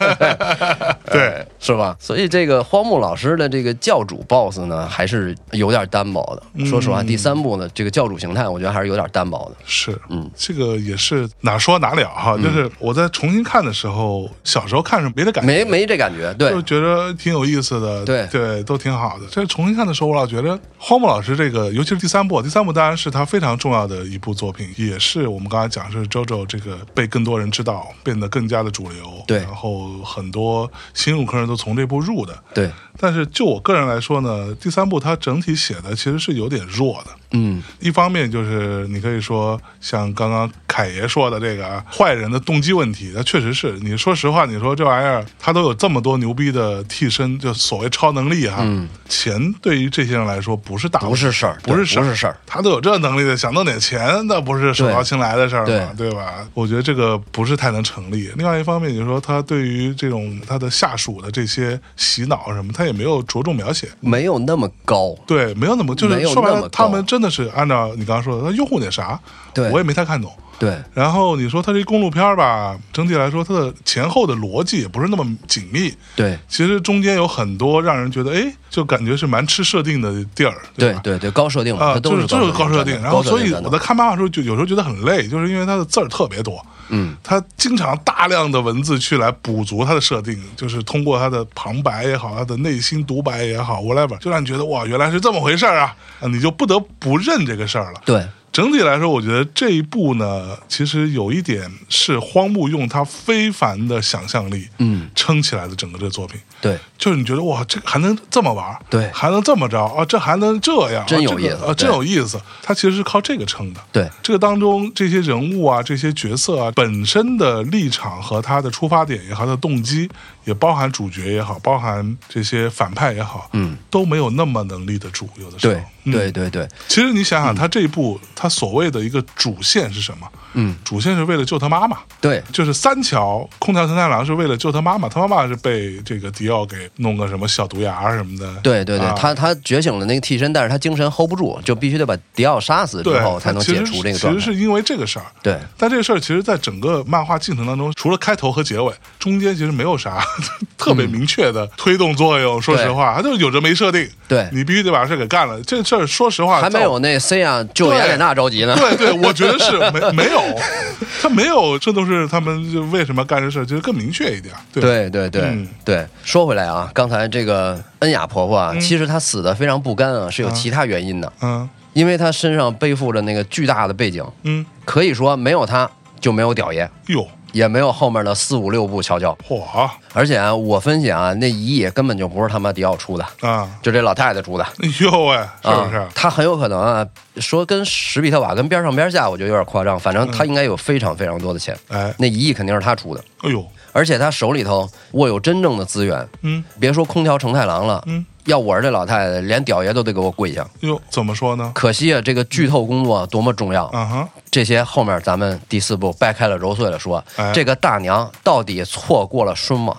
哎
对，
是吧？所以这个荒木老师的这个教主 BOSS 呢，还是有点单薄
嗯
的。说实话，第三部呢，这个教主形态，我觉得还是有点单薄的。
是，
嗯，
这个也是哪说哪了哈，就是我在重新看的时候，小时候看是没得感觉，
没没这感觉，对
就觉得挺有意思的，
对
都挺好的。这重新看的时候，我老觉得荒木老师这个，尤其是第三部，第三部当然是他非常重要的一部作品，也是我们刚才讲是 JoJo 这个被更多人知道，变得更加的主流，
对
然后很多新入坑人都都从这部入的。
对，
但是就我个人来说呢，第三部它整体写的其实是有点弱的。
嗯，
一方面就是你可以说像刚刚凯爷说的这个啊坏人的动机问题，那确实是。你说实话，你说这玩意儿他都有这么多牛逼的替身，就所谓超能力哈，钱对于这些人来说不是大问题
嗯不是事儿
不是
对
事儿，
不是事儿。
他都有这能力的，想弄点钱，那不是手到
对
擒来的事儿嘛，
对
对吧？我觉得这个不是太能成立。另外一方面，你说他对于这种他的下属的这些洗脑什么，他也没有着重描写。
没有那么高。
对，没有那么，就
没
是
有
说白
那
了
么，
他
高
们真的是按照你刚刚说的，他用户那啥，
对
我也没太看懂。
对，
然后你说它这公路片儿吧，整体来说它的前后的逻辑也不是那么紧密。
对，
其实中间有很多让人觉得，哎，就感觉是蛮吃设定的地儿，
对
吧？
对对，高设定嘛，
啊，
它都
就是就是高设定，然后所以我在
的
看漫画的时候，就有时候觉得很累，就是因为它的字儿特别多，
嗯，
它经常大量的文字去来补足它的设定，就是通过它的旁白也好，它的内心独白也好，whatever，就让你觉得哇，原来是这么回事儿啊，啊你就不得不认这个事儿了。
对
整体来说，我觉得这一部呢，其实有一点是荒木用他非凡的想象力，
嗯，
撑起来的整个这作品。
对
就是你觉得哇，这个还能这么玩儿，
对
还能这么着啊，这还能这样，
真
啊
有
这个
意思
啊，真
对
有意思。它其实是靠这个撑的。
对
这个当中这些人物啊，这些角色啊，本身的立场和他的出发点也好，他的动机也包含主角也好，包含这些反派也好，
嗯，
都没有那么能立得住，有的时候
对，
嗯
对嗯对对，
其实你想想，他这一部他所谓的一个主线是什么？
嗯，
主线是为了救他妈妈，
对
就是三桥空调承太郎是为了救他妈妈，他妈妈是被这个迪奥给弄个什么小毒牙什么的。
对对对
啊，
他他觉醒了那个替身，但是他精神 hold 不住，就必须得把迪奥杀死之
对
后才能解
他其
除
实
这个状
其
态
实。是因啊为这个事儿。
对
但这个事儿其实，在整个漫画进程当中，除了开头和结尾，中间其实没有啥 特
嗯
别明确的推动作用。说实话，它就是有着没设定，
对
你必须得把事儿给干了。这事儿说实话
还没
在我
有那 C 啊救雅典娜着急呢。
对对，我觉得 是没没有，他没有，这都是他们就为什么干这事儿，就是更明确一点。对
对对对、
嗯
对，说回来啊，刚才这个恩雅婆婆啊，其实她死的非常不甘啊，是有其他原因的，
嗯
因为她身上背负着那个巨大的背景，
嗯，
可以说没有她就没有屌爷，
哟，
也没有后面的四五六部乔乔。
嚯啊
而且啊，我分析啊，那一亿根本就不是他妈迪奥出的，
啊，
就这老太太出的。
哎呦喂，是不是？
啊？他很有可能啊，说跟史比特瓦跟边上边下，我觉得有点夸张。反
嗯
正他应该有非常非常多的钱，
哎
那一亿肯定是他出的，
哎呦，
而且他手里头握有真正的资源。
嗯，
别说空调承太郎了，
嗯，
要我是这老太太，连屌爷都得给我跪下。
哟，怎么说呢？
可惜啊，这个剧透工作多么重要！
啊哈，
这些后面咱们第四部掰开了揉碎了说，
哎
这个大娘到底错过了孙吗？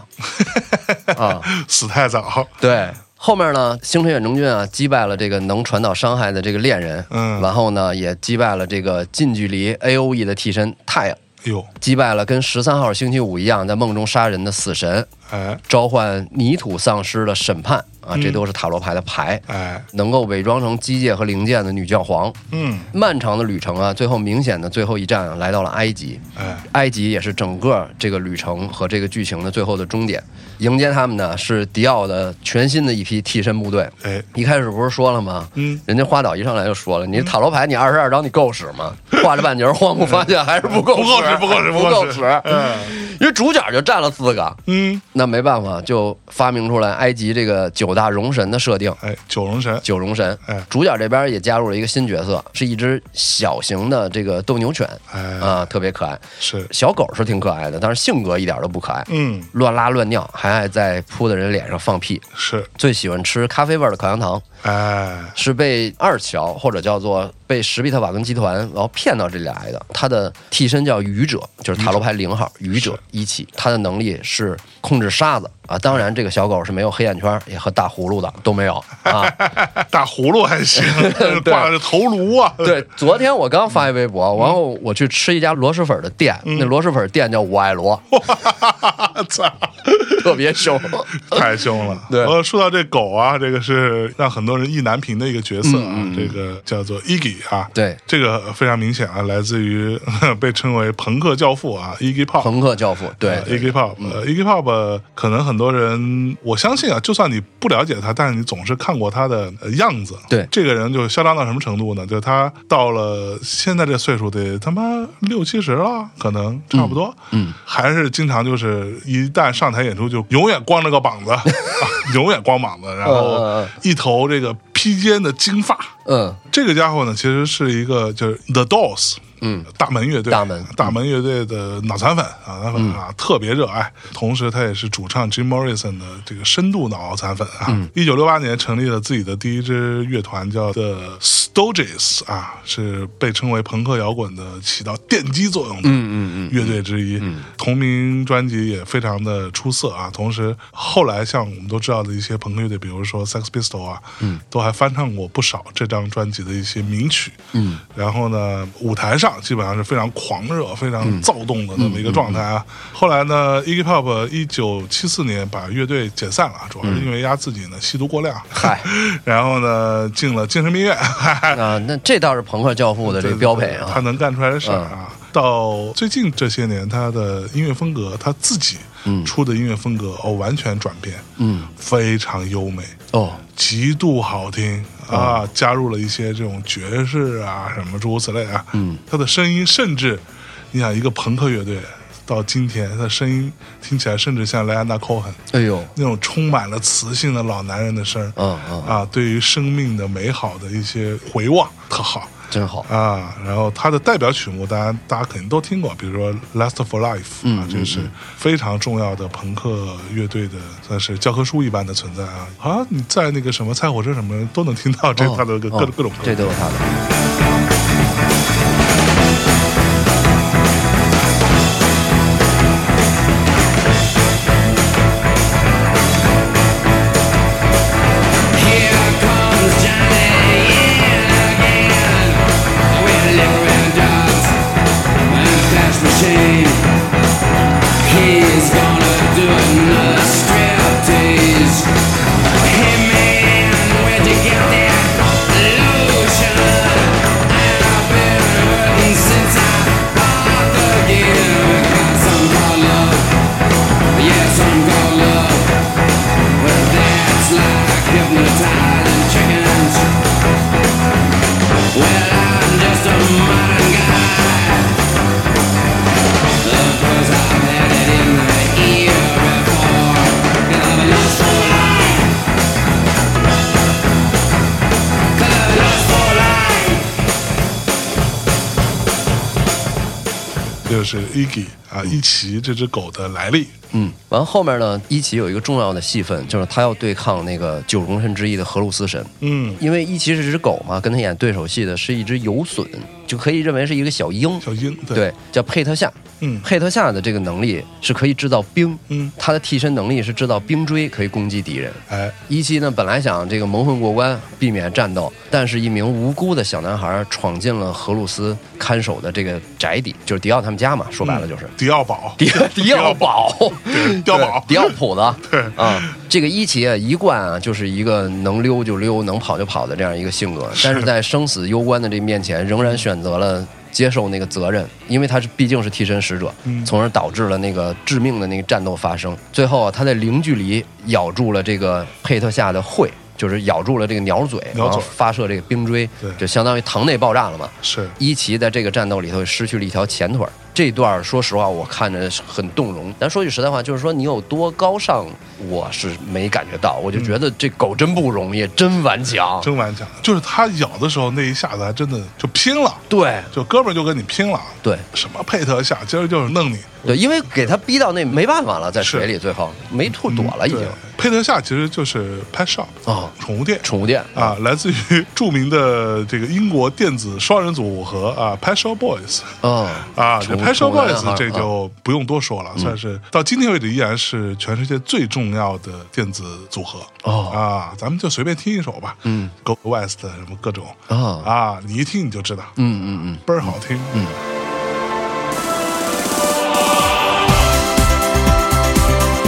啊，
死太早，
对。后面呢，星辰远征军啊击败了这个能传导伤害的这个恋人，
嗯
然后呢也击败了这个近距离 A O E 的替身太阳，
哎呦，
击败了跟十三号星期五一样在梦中杀人的死神，
哎嗯
召唤泥土丧尸的审判啊，这都是塔罗牌的牌，
哎，
能够伪装成机械和零件的女教皇。
嗯，
漫长的旅程啊，最后明显的最后一站啊来到了埃及。
哎，
埃及也是整个这个旅程和这个剧情的最后的终点。迎接他们呢是迪奥的全新的一批替身部队。
哎
一开始不是说了吗？
嗯
人家花岛一上来就说了，你塔罗牌你二十二张你够 使吗？画了半截儿，荒木发现还是不够，
不够使不够使
使，
不
不
够使
使。因为主角就占了四个，
嗯，
那没办法，就发明出来埃及这个九大容神的设定。
哎，九龙神，
九龙神
哎，
主角这边也加入了一个新角色，是一只小型的这个斗牛犬，
哎
啊，特别可爱。
是，
小狗是挺可爱的，但是性格一点都不可爱，
嗯，
乱拉乱尿，还爱在扑的人脸上放屁，
是，
最喜欢吃咖啡味儿的口香糖，
哎，
是被二乔或者叫做被史比特瓦根集团然后骗到这里来的。他的替身叫愚者，就是塔罗牌零号愚者一起，他的能力是控制沙子啊。当然，这个小狗是没有黑眼圈，也和大葫芦的都没有啊。
大葫芦还 行，挂着头颅啊，
对，昨天我刚发一微
嗯
博，然后我去吃一家螺蛳粉的店，那螺蛳粉店叫我 爱罗，
哇，操！
特别 凶。
太凶了。
对
呃，说到这狗啊，这个是让很多人意难平的一个角色啊，这个叫做 Iggy 比啊，
嗯对
这个非常明显啊，来自于 被称为朋克教父啊，Iggy Pop。
朋克教父，对嗯
呃，Iggy Pop，呃，Iggy Pop，呃可能很多人，我相信啊，就算你不了解他，但是你总是看过他的呃样子。
对
这个人就嚣张到什么程度呢？就他到了现在这岁数，得他妈六七十了，可能差不多。嗯，还是经常就是一旦上台演出，就永远光着个膀子， 啊永远光膀子，然
嗯嗯
后
嗯
一头这个披肩的金发。
嗯，
这个家伙呢，其实是一个就是 The Doors，嗯，大门乐队，
大门嗯
大门乐队的脑残粉啊，脑残粉啊，特别热爱。同时，他也是主唱 Jim Morrison 的这个深度脑残粉啊。
嗯
一九六八年成立了自己的第一支乐团，叫 The Stooges 啊，是被称为朋克摇滚的起到奠基作用的
嗯嗯嗯
乐队之一。同名专辑也非常的出色啊。同时，后来像我们都知道的一些朋克乐队，比如说 Sex Pistol 啊，嗯，都还翻唱过不少这张专辑的一些名曲。嗯，然后呢，舞台上基本上是非常狂热、非常躁动的那么一个状态
嗯
啊。后来呢，Iggy Pop 一九七四年把乐队解散了，主要是因为他自己呢吸毒过量，
嗨，
然后呢进了精神病院，
啊，那这倒是朋克教父的这个标配
他
啊，
能干出来的事儿啊。到最近这些年，他的音乐风格，他自己
嗯
出的音乐风格哦，完全转变，嗯，非常优美，
哦，
极度好听
嗯
啊，加入了一些这种爵士啊，什么诸如此类啊，嗯，他的声音甚至，你想一个朋克乐队到今天，他的声音听起来甚至像莱安娜·寇恩，
哎呦，
那种充满了磁性的老男人的声儿，
嗯嗯
啊，对于生命的美好的一些回望，特好。
真好，
啊，然后他的代表曲目，大家大家肯定都听过，比如说《Last for Life》啊，
嗯
这是非常重要的朋克乐队的，算是教科书一般的存在啊。好像你在那个什么菜火车什么都能听到这
哦
他的各
哦
各各种歌。
这都有他的。
就是 Iggy 啊，一奇这只狗的来历。
嗯，完后面呢，伊奇有一个重要的戏份，就是他要对抗那个九龙神之一的荷鲁斯神。
嗯，
因为伊奇是只狗嘛，跟他演对手戏的是一只游隼，就可以认为是一个小鹰。
小鹰对
对，叫佩特夏。
嗯
佩特夏的这个能力是可以制造冰。
嗯
他的替身能力是制造冰锥，可以攻击敌人。
哎，
伊奇呢，本来想这个蒙混过关，避免战斗，但是一名无辜的小男孩闯进了荷鲁斯看守的这个宅邸，就是迪奥他们家嘛，说白
嗯
了就是。
迪奥宝，
迪 迪奥宝，
迪奥宝
对迪奥普子，对啊，这个伊奇啊，一贯啊就是一个能溜就溜，能跑就跑的这样一个性格，但是在生死攸关的这面前，仍然选择了。接受那个责任，因为他是毕竟是替身使者，从而导致了那个致命的那个战斗发生。最后啊，他在零距离咬住了这个佩特夏的喙，就是咬住了这个鸟嘴，
鸟嘴
然后发射这个冰锥
对，
就相当于膛内爆炸了嘛。
是
伊奇在这个战斗里头失去了一条前腿儿。这段儿说实话，我看着是很动容。咱说句实在话，就是说你有多高尚，我是没感觉到。我就觉得这狗真不容易，真顽强。
真顽强，嗯就是他咬的时候那一下子还真的就拼了，
对
就哥们儿就跟你拼了。
对
什么佩特夏，今儿就是弄你。
对，因为给他逼到那没办法了，在
是嗯
水里最后没处躲了，已经
对。佩特夏其实就是拍 shop
哦
宠物店。
宠物店
啊，来自于著名的这个英国电子双人组合啊 p a s h o Boys
嗯
啊
宠物
p a s h o
宠物男孩嗯
Boys 这就不用多说了，算是到今天为止依然是全世界最重要的电子组合
哦
啊，咱们就随便听一首吧，嗯，Go West 什么各种
哦
啊，你一听你就知道，
嗯嗯嗯，
倍儿好听，嗯，
「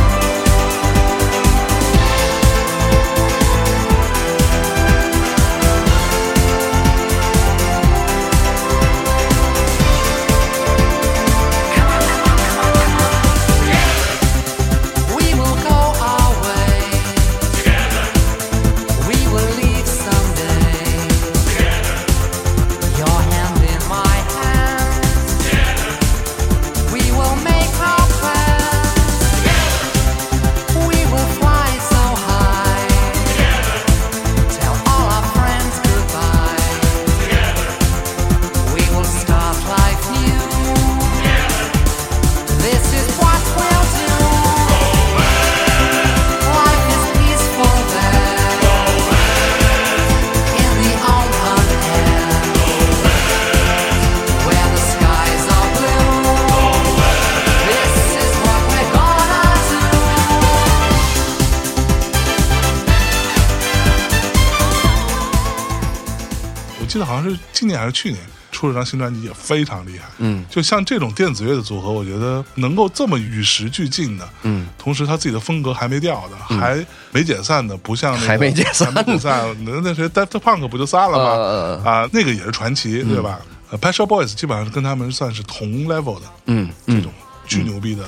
记得好像是今年还是去年出了张新专辑，也非常厉害。
嗯，
就像这种电子乐的组合，我觉得能够这么与时俱进的，
嗯，
同时他自己的风格还没掉的，还没解散的，不像、那个、
还没解散
还没解散，那那谁 Daft Punk 不就散了
嗯嗯
吗？啊，那个也是传奇，对吧？呃 p a s h a Boys 基本上是跟他们算是同 level 的
嗯
这
嗯
种巨牛逼的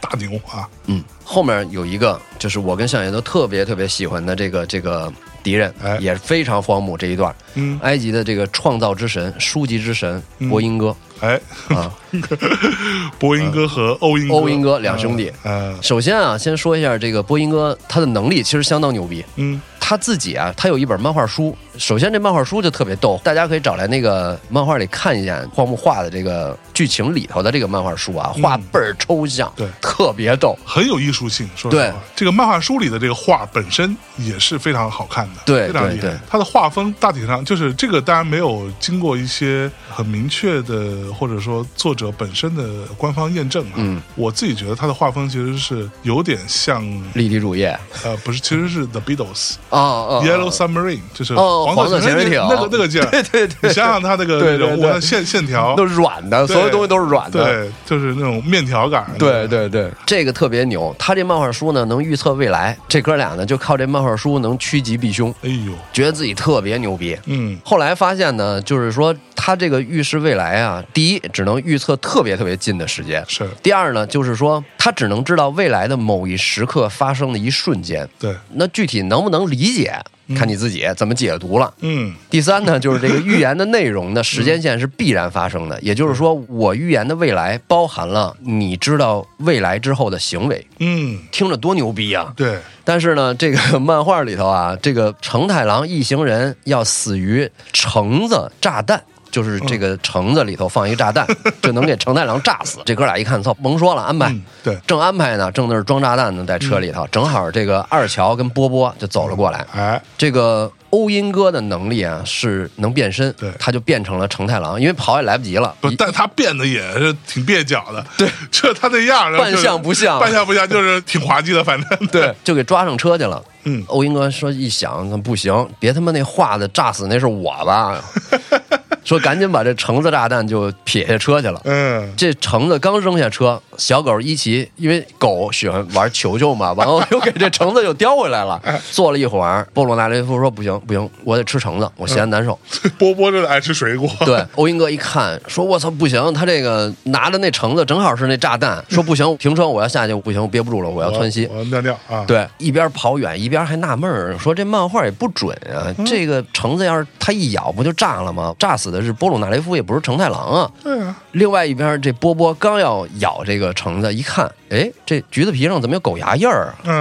大牛啊，
嗯，后面有一个就是我跟向爷都特别特别喜欢的这个这个敌人，
哎
也非常荒芜这一段。
嗯
埃及的这个创造之神、书籍之神波音哥
哎，
啊，
波音哥和欧音
欧音哥两兄弟
嗯嗯
首先啊，先说一下这个波音哥他的能力其实相当牛逼。
嗯
他自己啊，他有一本漫画书。首先，这漫画书就特别逗，大家可以找来那个漫画里看一眼荒木画的这个剧情里头的这个漫画书啊，画
嗯
倍儿抽象，
对
特别逗。
很有艺术性。说实
对
话，这个漫画书里的这个画本身也是非常好看的，
对
非常
对
厉害
对。
它的画风大体上就是这个，当然没有经过一些很明确的或者说作者本身的官方验证啊。
嗯，
我自己觉得它的画风其实是有点像，
立体主页啊
呃，不是，其实是 The Beatles。
啊
Yellow Submarine 就是
哦
色
黄色潜水艇
那个那个劲儿，
对对对
你想想它那个
对对
人物
对
它线线条
都是软的，
对
所有东西都是软的。
对，就是那种面条感，
对对对，这个特别牛。他这漫画书呢，能预测未来。这哥俩呢，就靠这漫画书能趋吉避凶，
哎呦，
觉得自己特别牛逼。
嗯
后来发现呢，就是说他这个预示未来啊，第一只能预测特别特别近的时间，
是
第二呢，就是说他只能知道未来的某一时刻发生的一瞬间。
对，
那具体能不能理解，看你自己怎么解读了。
嗯
第三呢，就是这个预言的内容呢，时间线是必然发生的，
嗯
也就是说，我预言的未来包含了你知道未来之后的行为，
嗯，
听着多牛逼啊！
对，
但是呢，这个漫画里头啊，这个成太郎一行人要死于橙子炸弹。就是这个橙子里头放一炸 弹，就能给成太郎炸死。这哥俩一看，操，甭说了，安排。
嗯对嗯
正安排呢，正那儿装炸弹呢，在车里头，正好这个二乔跟波波就走了过来。
哎，
这个欧音哥的能力啊是能变身，
对
他就变成了成太郎，因为跑也来不及了。
不
一，
但他变得也是挺蹩脚的，对， 这他那样儿
扮
就是
相不像
扮相不像，就是挺滑稽的，反正
对，就给抓上车去了。
嗯
欧英哥说一想，那不行，别他妈那画的炸死那是我 吧？说赶紧把这橙子炸弹就撇下车去了。
嗯，
这橙子刚扔下车，小狗一奇，因为狗喜欢玩球球嘛，完后又给这橙子又叼回 来了。
哎
坐了一会儿，波罗纳雷夫说不行不行，我得吃橙子，我嫌难
嗯
受。
波波就是爱吃水果，
对，欧英哥一看，说：“我操，不行！他这个拿的那橙子正好是那炸弹。”说：“不行，停车，我要下去，不行，我憋不住了，我要
我，
窜稀。
我尿尿啊，”，
对，一边跑远一边还纳闷儿，说这漫画也不准啊，
嗯
这个橙子要是它一咬不就炸了吗？炸死的是波鲁纳雷夫，也不是成太郎啊。
对啊，
另外一边这波波刚要咬这个橙子，一看，哎，这橘子皮上怎么有狗牙印儿啊？
嗯，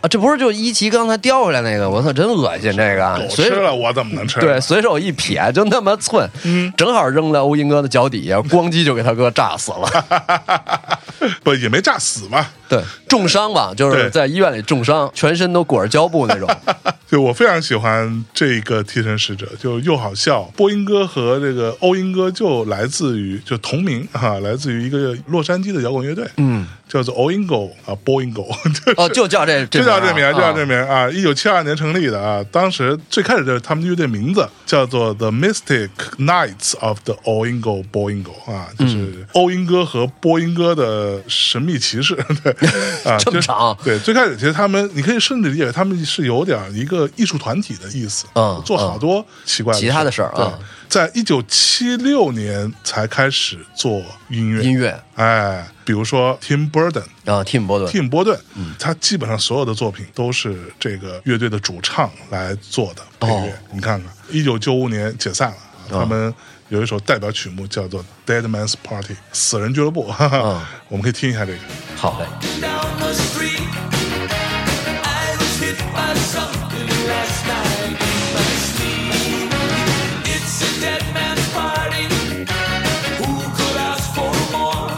啊，这不是就一奇刚才叼回来那个？我操，真恶心！这个啊
狗
哎所以
吃了我怎么能吃？
对，，随手一撇，就那么寸，嗯，正好扔在欧英哥的脚底下，咣叽就给他哥炸死 了。
不也没炸死嘛，
对，重伤吧，就是
对
在医院里重伤，全身都裹着胶布 那种。
就我非常喜欢这个替身使者，就又好笑。波音哥和这个欧音哥就来自于就同名哈、来自于一个洛杉矶的摇滚乐队，嗯，叫做 Oingo 啊，Boingo，就是
哦，就叫这，
就叫这名，
啊
就叫这。名啊！一九七二年成立的啊，当时最开始的他们乐队名字叫做 The Mystic Knights of the Oingo Boingo 啊，
嗯
就是欧音哥和波音哥的神秘骑士， 对 啊，
这
就
么
是
长
对，最开始其实他们，你可以甚至理解为他们是有点一个艺术团体的意思，
嗯
做好多奇怪
其他的事儿
对
啊，
在一九七六年才开始做音乐，
音乐
哎，比如说 Tim Burton。
啊，Tim 波顿，
蒂姆·波顿，嗯他基本上所有的作品都是这个乐队的主唱来做的配乐。
哦
你看看，一九九五年解散了，他们有一首代表曲目叫做《Dead Man's Party》死人俱乐部，哈哈，
嗯
我们可以听一下这个。
好嘞，
down the street. I was hit by something last night in my sleep. It's a dead man's party. Who could ask for more?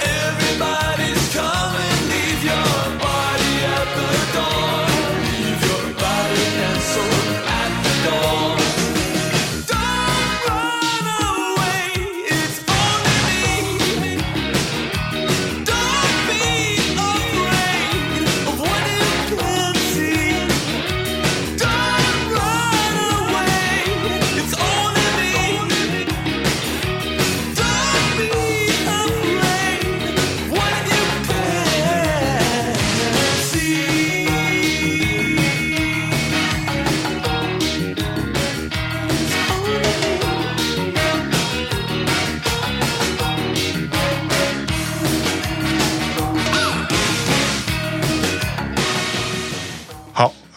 Everybody's coming. Leave your body at the door. Leave your body and soul at the door. Don't run away. It's only me. Don't be afraid.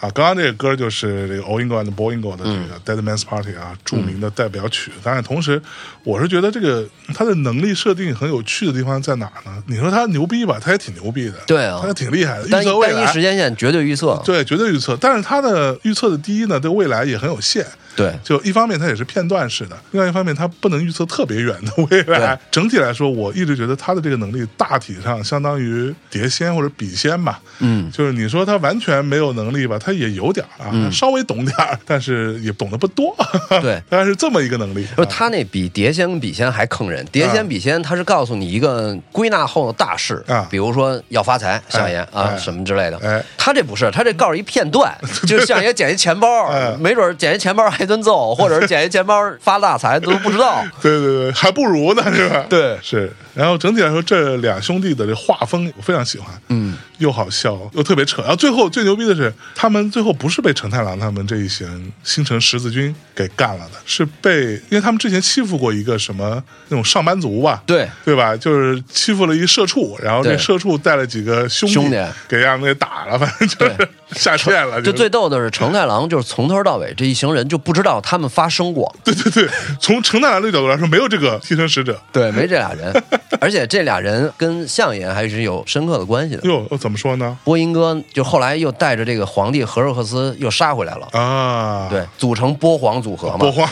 啊，刚刚这个歌就是这个 o i n g o and Boingo 的
嗯
这个 Dead Man's Party 啊，著名的代表曲。但是同时，我是觉得这个他的能力设定很有趣的地方在哪呢？你说他牛逼吧，他也挺牛逼的，
对啊
他也挺厉害的，
单
预
一
测未
单一
来
时。间线绝对预测，
对，绝对预测，但是他的预测的第一呢，对未来也很有限。
对
就一方面它也是片段式的，另外一方面它不能预测特别远的 未来。整体来说，我一直觉得他的这个能力大体上相当于碟仙或者笔仙吧。嗯，就是你说他完全没有能力吧，他也有点儿啊，稍微懂点儿，但是也懂得不多。
嗯对，
但是这么一个能力。
不是
啊
他那比碟仙跟笔仙还坑人，碟仙笔仙他是告诉你一个归纳后的大事
啊
比如说要发财、相爷啊
哎
什么之类
哎
的。他这不是，他这告诉一片 段，就是相爷捡一钱包
哎，
没准儿捡一钱包挨顿揍，或者是捡一钱包发大财都不 知道。
对对对，还不如 呢，是吧？
对
是。然后整体来说，这两兄弟的这画风我非常喜欢，嗯，又好笑又特别扯。然后最后最牛逼的是，他们最后不是被承太郎他们这一行星辰十字军给干了的，是被因为他们之前欺负过一个什么那种上班族吧，
对
对吧？就是欺负了一社畜，然后这
对
社畜带了几个兄
兄弟
给让他们给打了，反正就是
对
下线了，
就是最逗的是，承太郎就是从头到尾这一行人就不知道他们发生 过，
对对对。从承太郎的角度来说，没有这个替身使者。
对，没这俩 人，而且这俩人跟相爷还是有深刻的关系的。
哟，哦怎么说呢？
波音哥就后来又带着这个皇帝和若克斯又杀回来了，
啊，
对，组成波皇组合
播
嘛。
荒，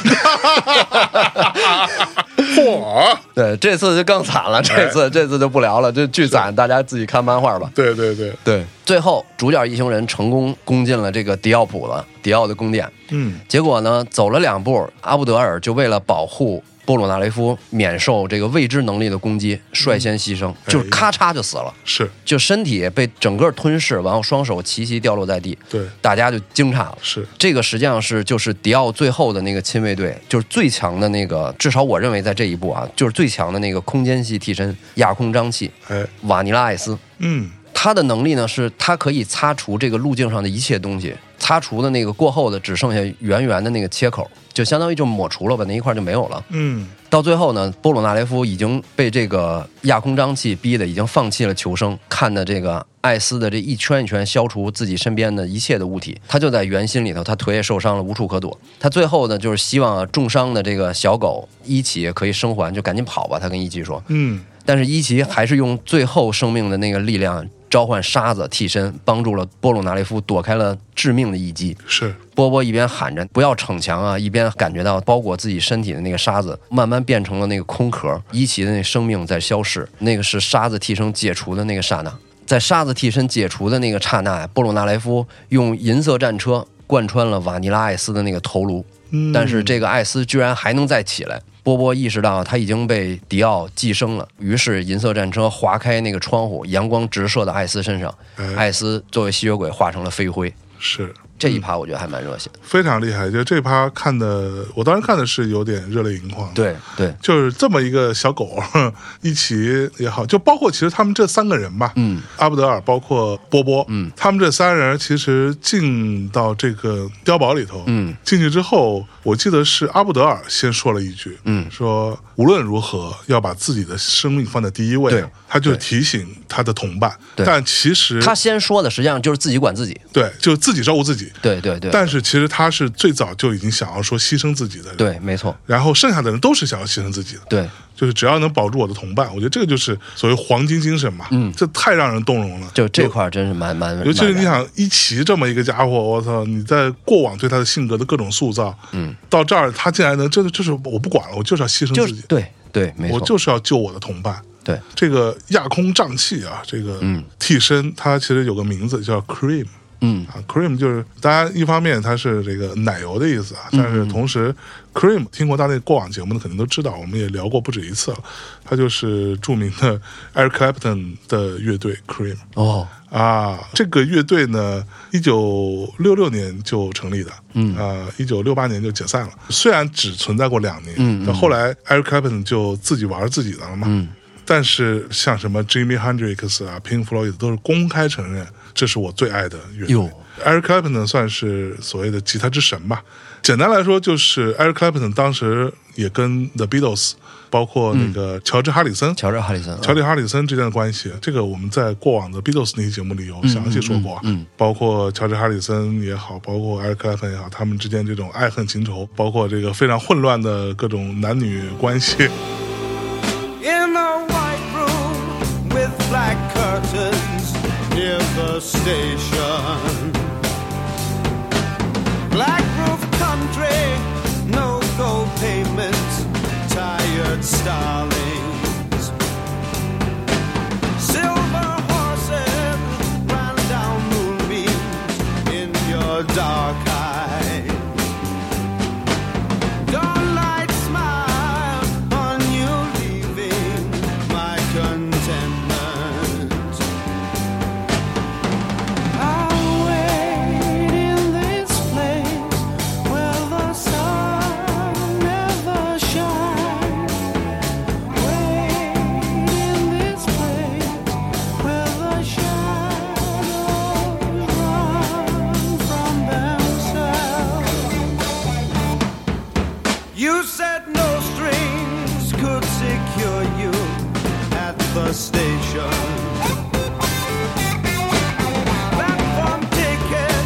嚯！
对，这次就更惨
哎
了，这次这次就不聊了，这巨惨，大家自己看漫画吧。
对对对，
对，最后主角一行人成功攻进了这个迪奥普了，迪奥的宫殿。
嗯，
结果呢，走了两步，阿布德尔就为了保护波鲁纳雷夫免受这个未知能力的攻击，率先牺牲，
哎
就是咔嚓就死了。
是
就身体被整个吞噬，然后双手齐齐掉落在地。
对
大家就惊诧了。
是
这个实际上是就是迪奥最后的那个亲卫队，就是最强的那个，至少我认为在这一步啊，就是最强的那个空间系替身亚空瘴气
哎，
瓦尼拉艾斯。
嗯，
他的能力呢是，他可以擦除这个路径上的一切东西，擦除的那个过后的只剩下圆圆的那个切口，就相当于就抹除了吧，那一块就没有了。
嗯，
到最后呢，波鲁纳雷夫已经被这个亚空瘴气逼的已经放弃了求生，看的这个艾斯的这一圈一圈消除自己身边的一切的物体，他就在圆心里头，他腿也受伤了，无处可躲。他最后呢，就是希望重伤的这个小狗伊奇可以生还，就赶紧跑吧。他跟伊奇说，
嗯，
但是伊奇还是用最后生命的那个力量召唤沙子替身，帮助了波鲁纳雷夫躲开了致命的一击。
是
波波一边喊着“不要逞强啊”，一边感觉到包裹自己身体的那个沙子慢慢变成了那个空壳，伊奇的那生命在消逝。那个是沙子替身解除的那个刹那，在沙子替身解除的那个刹那，波鲁纳莱夫用银色战车贯穿了瓦尼拉艾斯的那个头颅，但是这个艾斯居然还能再起来。波波意识到他已经被迪奥寄生了，于是银色战车划开那个窗户，阳光直射到艾斯身上，艾斯作为吸血鬼化成了飞灰。
是。
这一趴我觉得还蛮热血的。
非常厉害，就这趴看的，我当时看的是有点热泪盈眶。，
对对，
就是这么一个小狗， 一起也好，就包括其实他们这三个人吧，嗯，阿布德尔，包括波波，嗯，他们这三人其实进到这个碉堡里头，嗯，进去之后，我记得是阿布德尔先说了一句，嗯，说无论如何要把自己的生命放在第一位，
对
他就提醒他的同伴，
对
但其实
他先说的实际上就是自己管自己。
对就自己照顾自己，
对对对，
但是其实他是最早就已经想要说牺牲自己的人，
对，没错，
然后剩下的人都是想要牺牲自己的，
对
就是只要能保住我的同伴，我觉得这个就是所谓黄金精神嘛。嗯，这太让人动容了。
就这块儿真是蛮蛮，
尤其是
蛮
你想伊奇这么一个家伙，我操！你在过往对他的性格的各种塑造，嗯，到这儿他竟然能，真的就是我不管了，我就是要牺牲
就
自
是
己，
对对，没
我
错，
就是要救我的同伴。
对
这个亚空瘴气啊，这个替身，它其实有个名字叫 Cream。
嗯
啊，cream 就是当然一方面它是这个奶油的意思啊，
嗯
但是同时 cream 听过大内过往节目的肯定都知道，我们也聊过不止一次了，它就是著名的 Eric Clapton 的乐队 cream
哦，
啊，这个乐队呢，一九六六年就成立的，嗯，呃，一九六八年就解散了，虽然只存在过两年，嗯，但后来 Eric Clapton 就自己玩自己的了嘛，嗯。但是像什么 Jimmy Hendrix 啊、Pink Floyd 都是公开承认，这是我最爱的乐队。
哟
Eric Clapton 算是所谓的吉他之神吧。简单来说，就是 Eric Clapton 当时也跟 The Beatles，包括那个乔治哈里森，
乔治哈里森，
乔治·哈里森之间的关系，这个我们在过往的 Beatles 那期节目里
嗯
有详细说过啊，包括乔治·哈里森也好，包括艾克莱芬也好，他们之间这种爱恨情仇，包括这个非常混乱的各种男女关系，
In a white room with black curtains near the station. Black roof country, no go payments, tired starlings. Silver horses ran down moonbeams in your dark eyes. Dawnlight smile on you leaving my contentment. I'll wait in this place where the sun never shines. Wait in this place where the shadows run from themselves. You said no strings could secure you at the station. Platform ticket,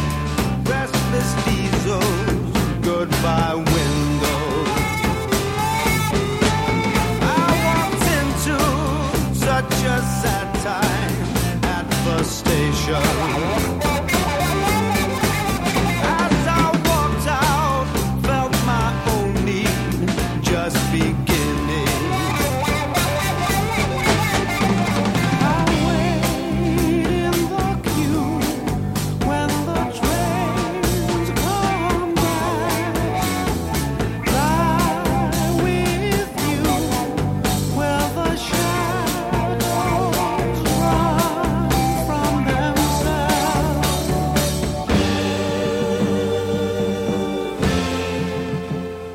restless diesels, goodbye windows. I walked into such a sad time at the station. As I walked out, felt my own need just beginning. I wait in the queue when the trains come by. Lie with you where the shadows run from themselves.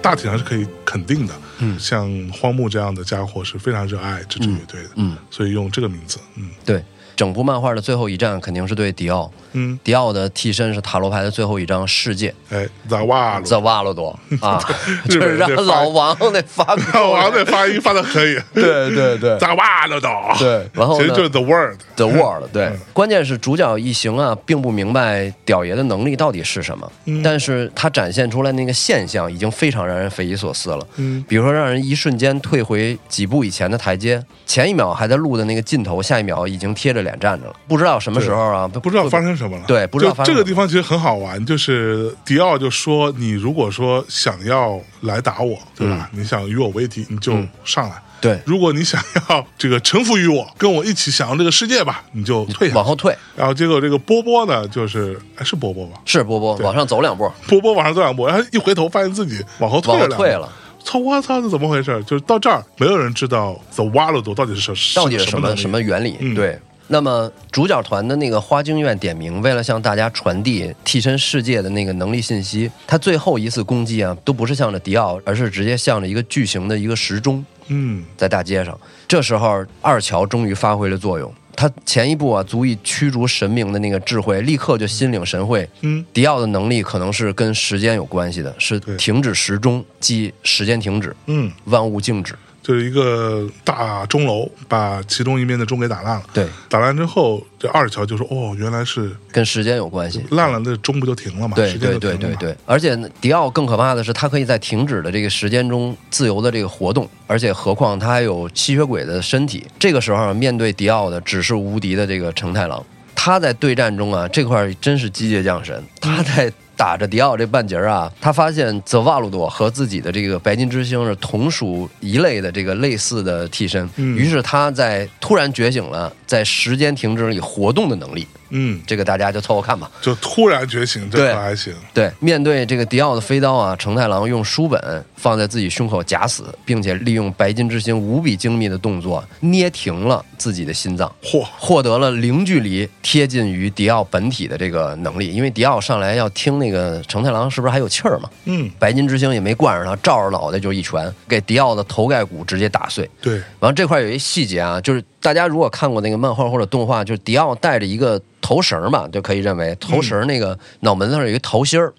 大体上是可以肯定的。嗯，像荒木这样的家伙是非常热爱这支乐队的，嗯，所以用这个名字，嗯
对，整部漫画的最后一战肯定是对迪奥，
嗯，
迪奥的替身是塔罗牌的最后一张世界。
哎，咋哇
在
了？
瓦罗多 啊，
日
就是
本人
让
得发
老王得发过 来
王的发音发的可以，
对对 对
咋哇了都？
对然后呢
其实就是 The Word，
The World，对，
嗯
关键是主角一行啊，并不明白屌爷的能力到底是什么，
嗯
但是他展现出来那个现象已经非常让人匪夷所思了。
嗯
比如说让人一瞬间退回几步以前的台阶，前一秒还在路的那个尽头，下一秒已经贴着脸站着了，不知道什么时候啊，不
不知道发生什么了。
对不知道
就
发生
这
什么
个地方其实很好玩，就是迪奥就说，你如果说想要来打我，对吧？
嗯
你想与我为敌，你就上来。
对
如果你想要这个臣服于我，跟我一起享用这个世界吧，你就退下去
往后。退，
然后结果这个波波呢，就是哎是波波吧？
是波波往上走两步，
波波往上走两步，然后哎一回头发现自己往后退
往
了
后
两步
退了。
操！我操，这怎么回事？就是到这儿，没有人知道 The w a l d o 到底是什
到底是什么
么
什么原理？
嗯
对。那么主角团的那个花京院点名，为了向大家传递替身世界的那个能力信息，他最后一次攻击啊，都不是向着迪奥，而是直接向着一个巨型的一个时钟，
嗯
在大街上。这时候二乔终于发挥了作用，他前一步啊足以驱逐神明的那个智慧，立刻就心领神会。
嗯，
迪奥的能力可能是跟时间有关系的，是
对
停止时钟，即时间停止，
嗯，
万物静止。
就是一个大钟楼把其中一面的钟给打烂了。
对，
打烂之后，这二乔就说：“哦，原来是
跟时间有关系。
烂了，那钟不就停了嘛？
对
时间
对
就停
对
了
对
嘛。
对，而且迪奥更可怕的是，他可以在停止的这个时间中自由的这个活动，而且何况他还有吸血鬼的身体。这个时候啊面对迪奥的只是无敌的这个承太郎，他在对战中啊这块儿真是机械降神，
嗯
他在。打着迪奥这半截儿啊，他发现泽瓦鲁多和自己的这个白金之星是同属一类的这个类似的替身，
嗯
于是他在突然觉醒了在时间停止里活动的能力，
嗯，
这个大家就凑合看吧。
就突然觉醒，这
对
可还行。
对，面对这个迪奥的飞刀啊，承太郎用书本放在自己胸口夹死，并且利用白金之星无比精密的动作捏停了自己的心脏，
嚯，
获得了零距离贴近于迪奥本体的这个能力。因为迪奥上来要听那个承太郎是不是还有气儿嘛，
嗯，
白金之星也没惯着他，照着脑袋就是一拳，给迪奥的头盖骨直接打碎。
对，
然后这块有一细节啊，就是大家如果看过那个漫画或者动画，就是迪奥带着一个头绳儿嘛，就可以认为头绳儿那个脑门子上有一个头芯儿，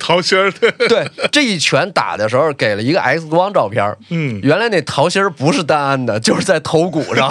桃心儿， 对
对，这一拳打的时候给了一个 X 光照片儿。
嗯
原来那桃心儿不是单安的，就是在头 骨上。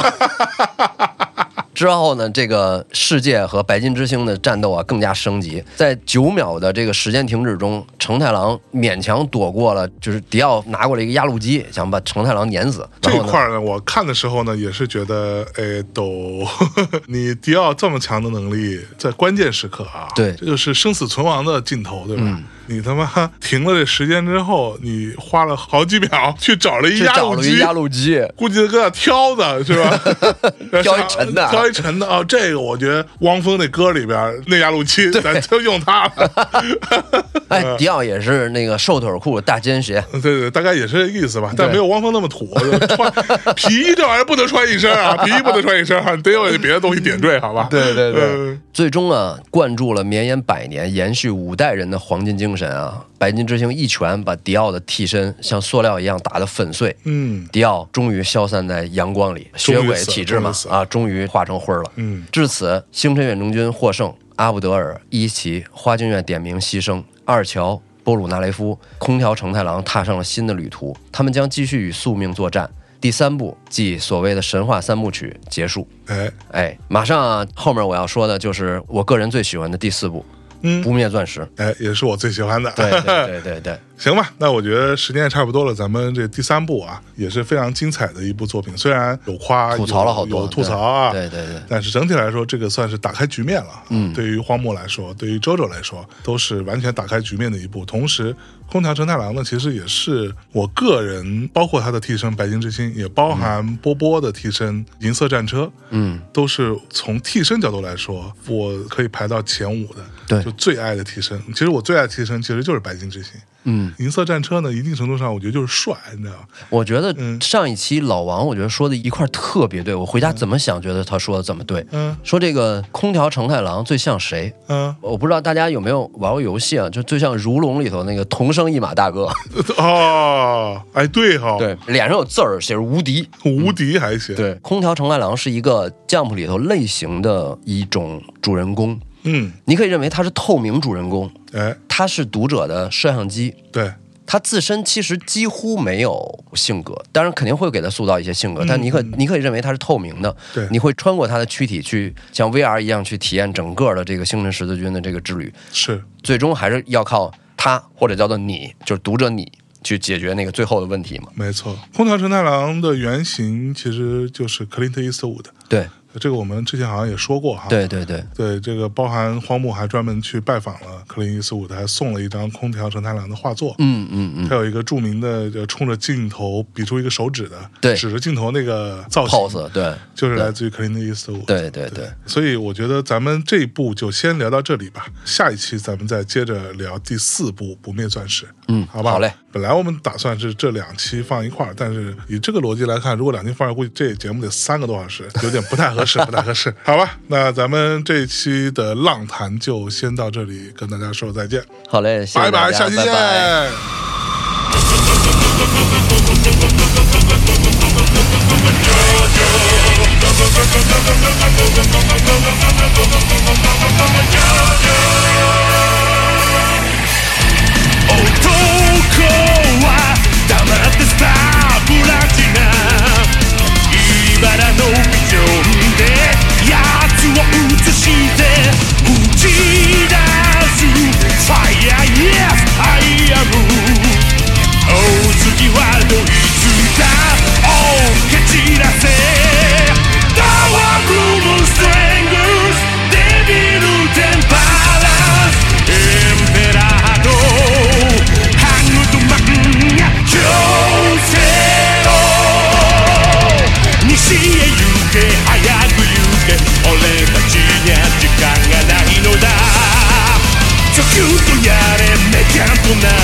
之后呢，这个世界和白金之星的战斗啊更加升级。在九秒的这个时间停止中，成太郎勉强躲过了，就是迪奥拿过来一个压路机，想把成太郎碾死。
这
然后呢
块儿呢，我看的时候呢，也是觉得，哎，都 你迪奥这么强的能力，在关键时刻啊，
对嗯
这就是生死存亡的尽头，对吧？你他妈停了这时间之后，你花了好几秒去找了一
去
压
找
路
了一
机，
压路机，
估计搁那挑的是 吧？
挑一沉的
挑一沉的啊！这个我觉得汪峰那歌里边那压路机，咱就用它了。
哎，
嗯
迪奥也是那个瘦腿裤、大尖鞋，
对对，大概也是这意思吧，但
对
没有汪峰那么土。穿皮衣这玩意儿不能穿一身 啊，皮衣不能穿一身啊，得有别的东西点缀，好吧？
对对对
呃
最终啊，灌注了绵延百年、延续五代人的黄金精神啊！白金之星一拳把迪奥的替身像塑料一样打得粉碎，
嗯，
迪奥终于消散在阳光里，血鬼体质
终
嘛
于死了
啊，终于化成灰儿了。
嗯，
至此，星辰远征军获胜，阿布德尔、伊奇、花京院点名牺牲，二乔、波鲁纳雷夫、空调承太郎踏上了新的旅途，他们将继续与宿命作战。第三部即所谓的神话三部曲结束。
哎，
哎，马上、啊、后面我要说的就是我个人最喜欢的第四部《
嗯，
不灭钻 石》。
哎，也是我最喜欢的。
对对对对对，
行吧，那我觉得时间也差不多了，咱们这第三部啊，也是非常精彩的一部作品，虽然有夸
吐槽了好多
有有吐槽啊，
对对对对
但是整体来说，这个算是打开局面了。嗯，对于荒木来说，对于周周来说，都是完全打开局面的一部。同时，空调承太郎呢，其实也是我个人，包括他的替身白金之星，也包含波波的替身银色战车，
嗯，
都是从替身角度来说，我可以排到前五的，
对
就最爱的替身。其实我最爱的替身其实就是白金之星。
嗯，
银色战车呢，一定程度上我觉得就是帅，你知道吗？
我觉得
嗯
上一期老王我觉得说的一块儿特别对，我回家怎么想觉得他说的怎么对。
嗯
说这个空调承太郎最像谁？
嗯，
我不知道大家有没有玩过游戏啊，就最像《如龙》里头那个同生一马大哥，
哦，哎，对哈、，
对，脸上有字儿，写着无敌。
无敌还行，，
对，空调承太郎是一个 Jump 里头类型的一种主人公，
嗯，
你可以认为他是透明主人公，
哎，
他是读者的摄像机，
对，
他自身其实几乎没有性格，当然肯定会给他塑造一些性格，但你可你可以认为他是透明的，
嗯对
你会穿过他的躯体去像 VR 一样去体验整个的这个星辰十字军的这个之旅，
是，
最终还是要靠他或者叫做你，就是读者你去解决那个最后的问题嘛。
没错，空调承太郎的原型其实就是克林特·伊斯特伍德，
对
这个我们之前好像也说过哈。
对对对，
对，这个包含荒木还专门去拜访了克林伊斯伍德，还送了一张空调承太郎的画作。
嗯嗯嗯，
他有一个著名的，就冲着镜头比出一个手指的，
对
指着镜头那个造型
pose 对
就是来自于克林特·伊斯特伍德。
对对对，
所以我觉得咱们这一部就先聊到这里吧，下一期咱们再接着聊第四部《不灭钻石》。
嗯
好吧。
好嘞。
本来我们打算是这两期放一块儿，但是以这个逻辑来看，如果两期放一块儿，估计这节目得三个多小时，有点不太合适，不太合 适。好吧，那咱们这一期的浪谈就先到这里，跟大家说再见，
好嘞，谢
拜
谢大
拜，
家，
下期见。
拜拜
男は黙ってスターブラッチな茨のビジョンで奴を映して打ち出す Fire Yes I am お次はドイツだお蹴散らせ Tower Room Strangers デビルテンパラスエンペラードハングドマン強制を西へ行け早く行け俺たちには時間がないのだザキュッとやれメキャンとな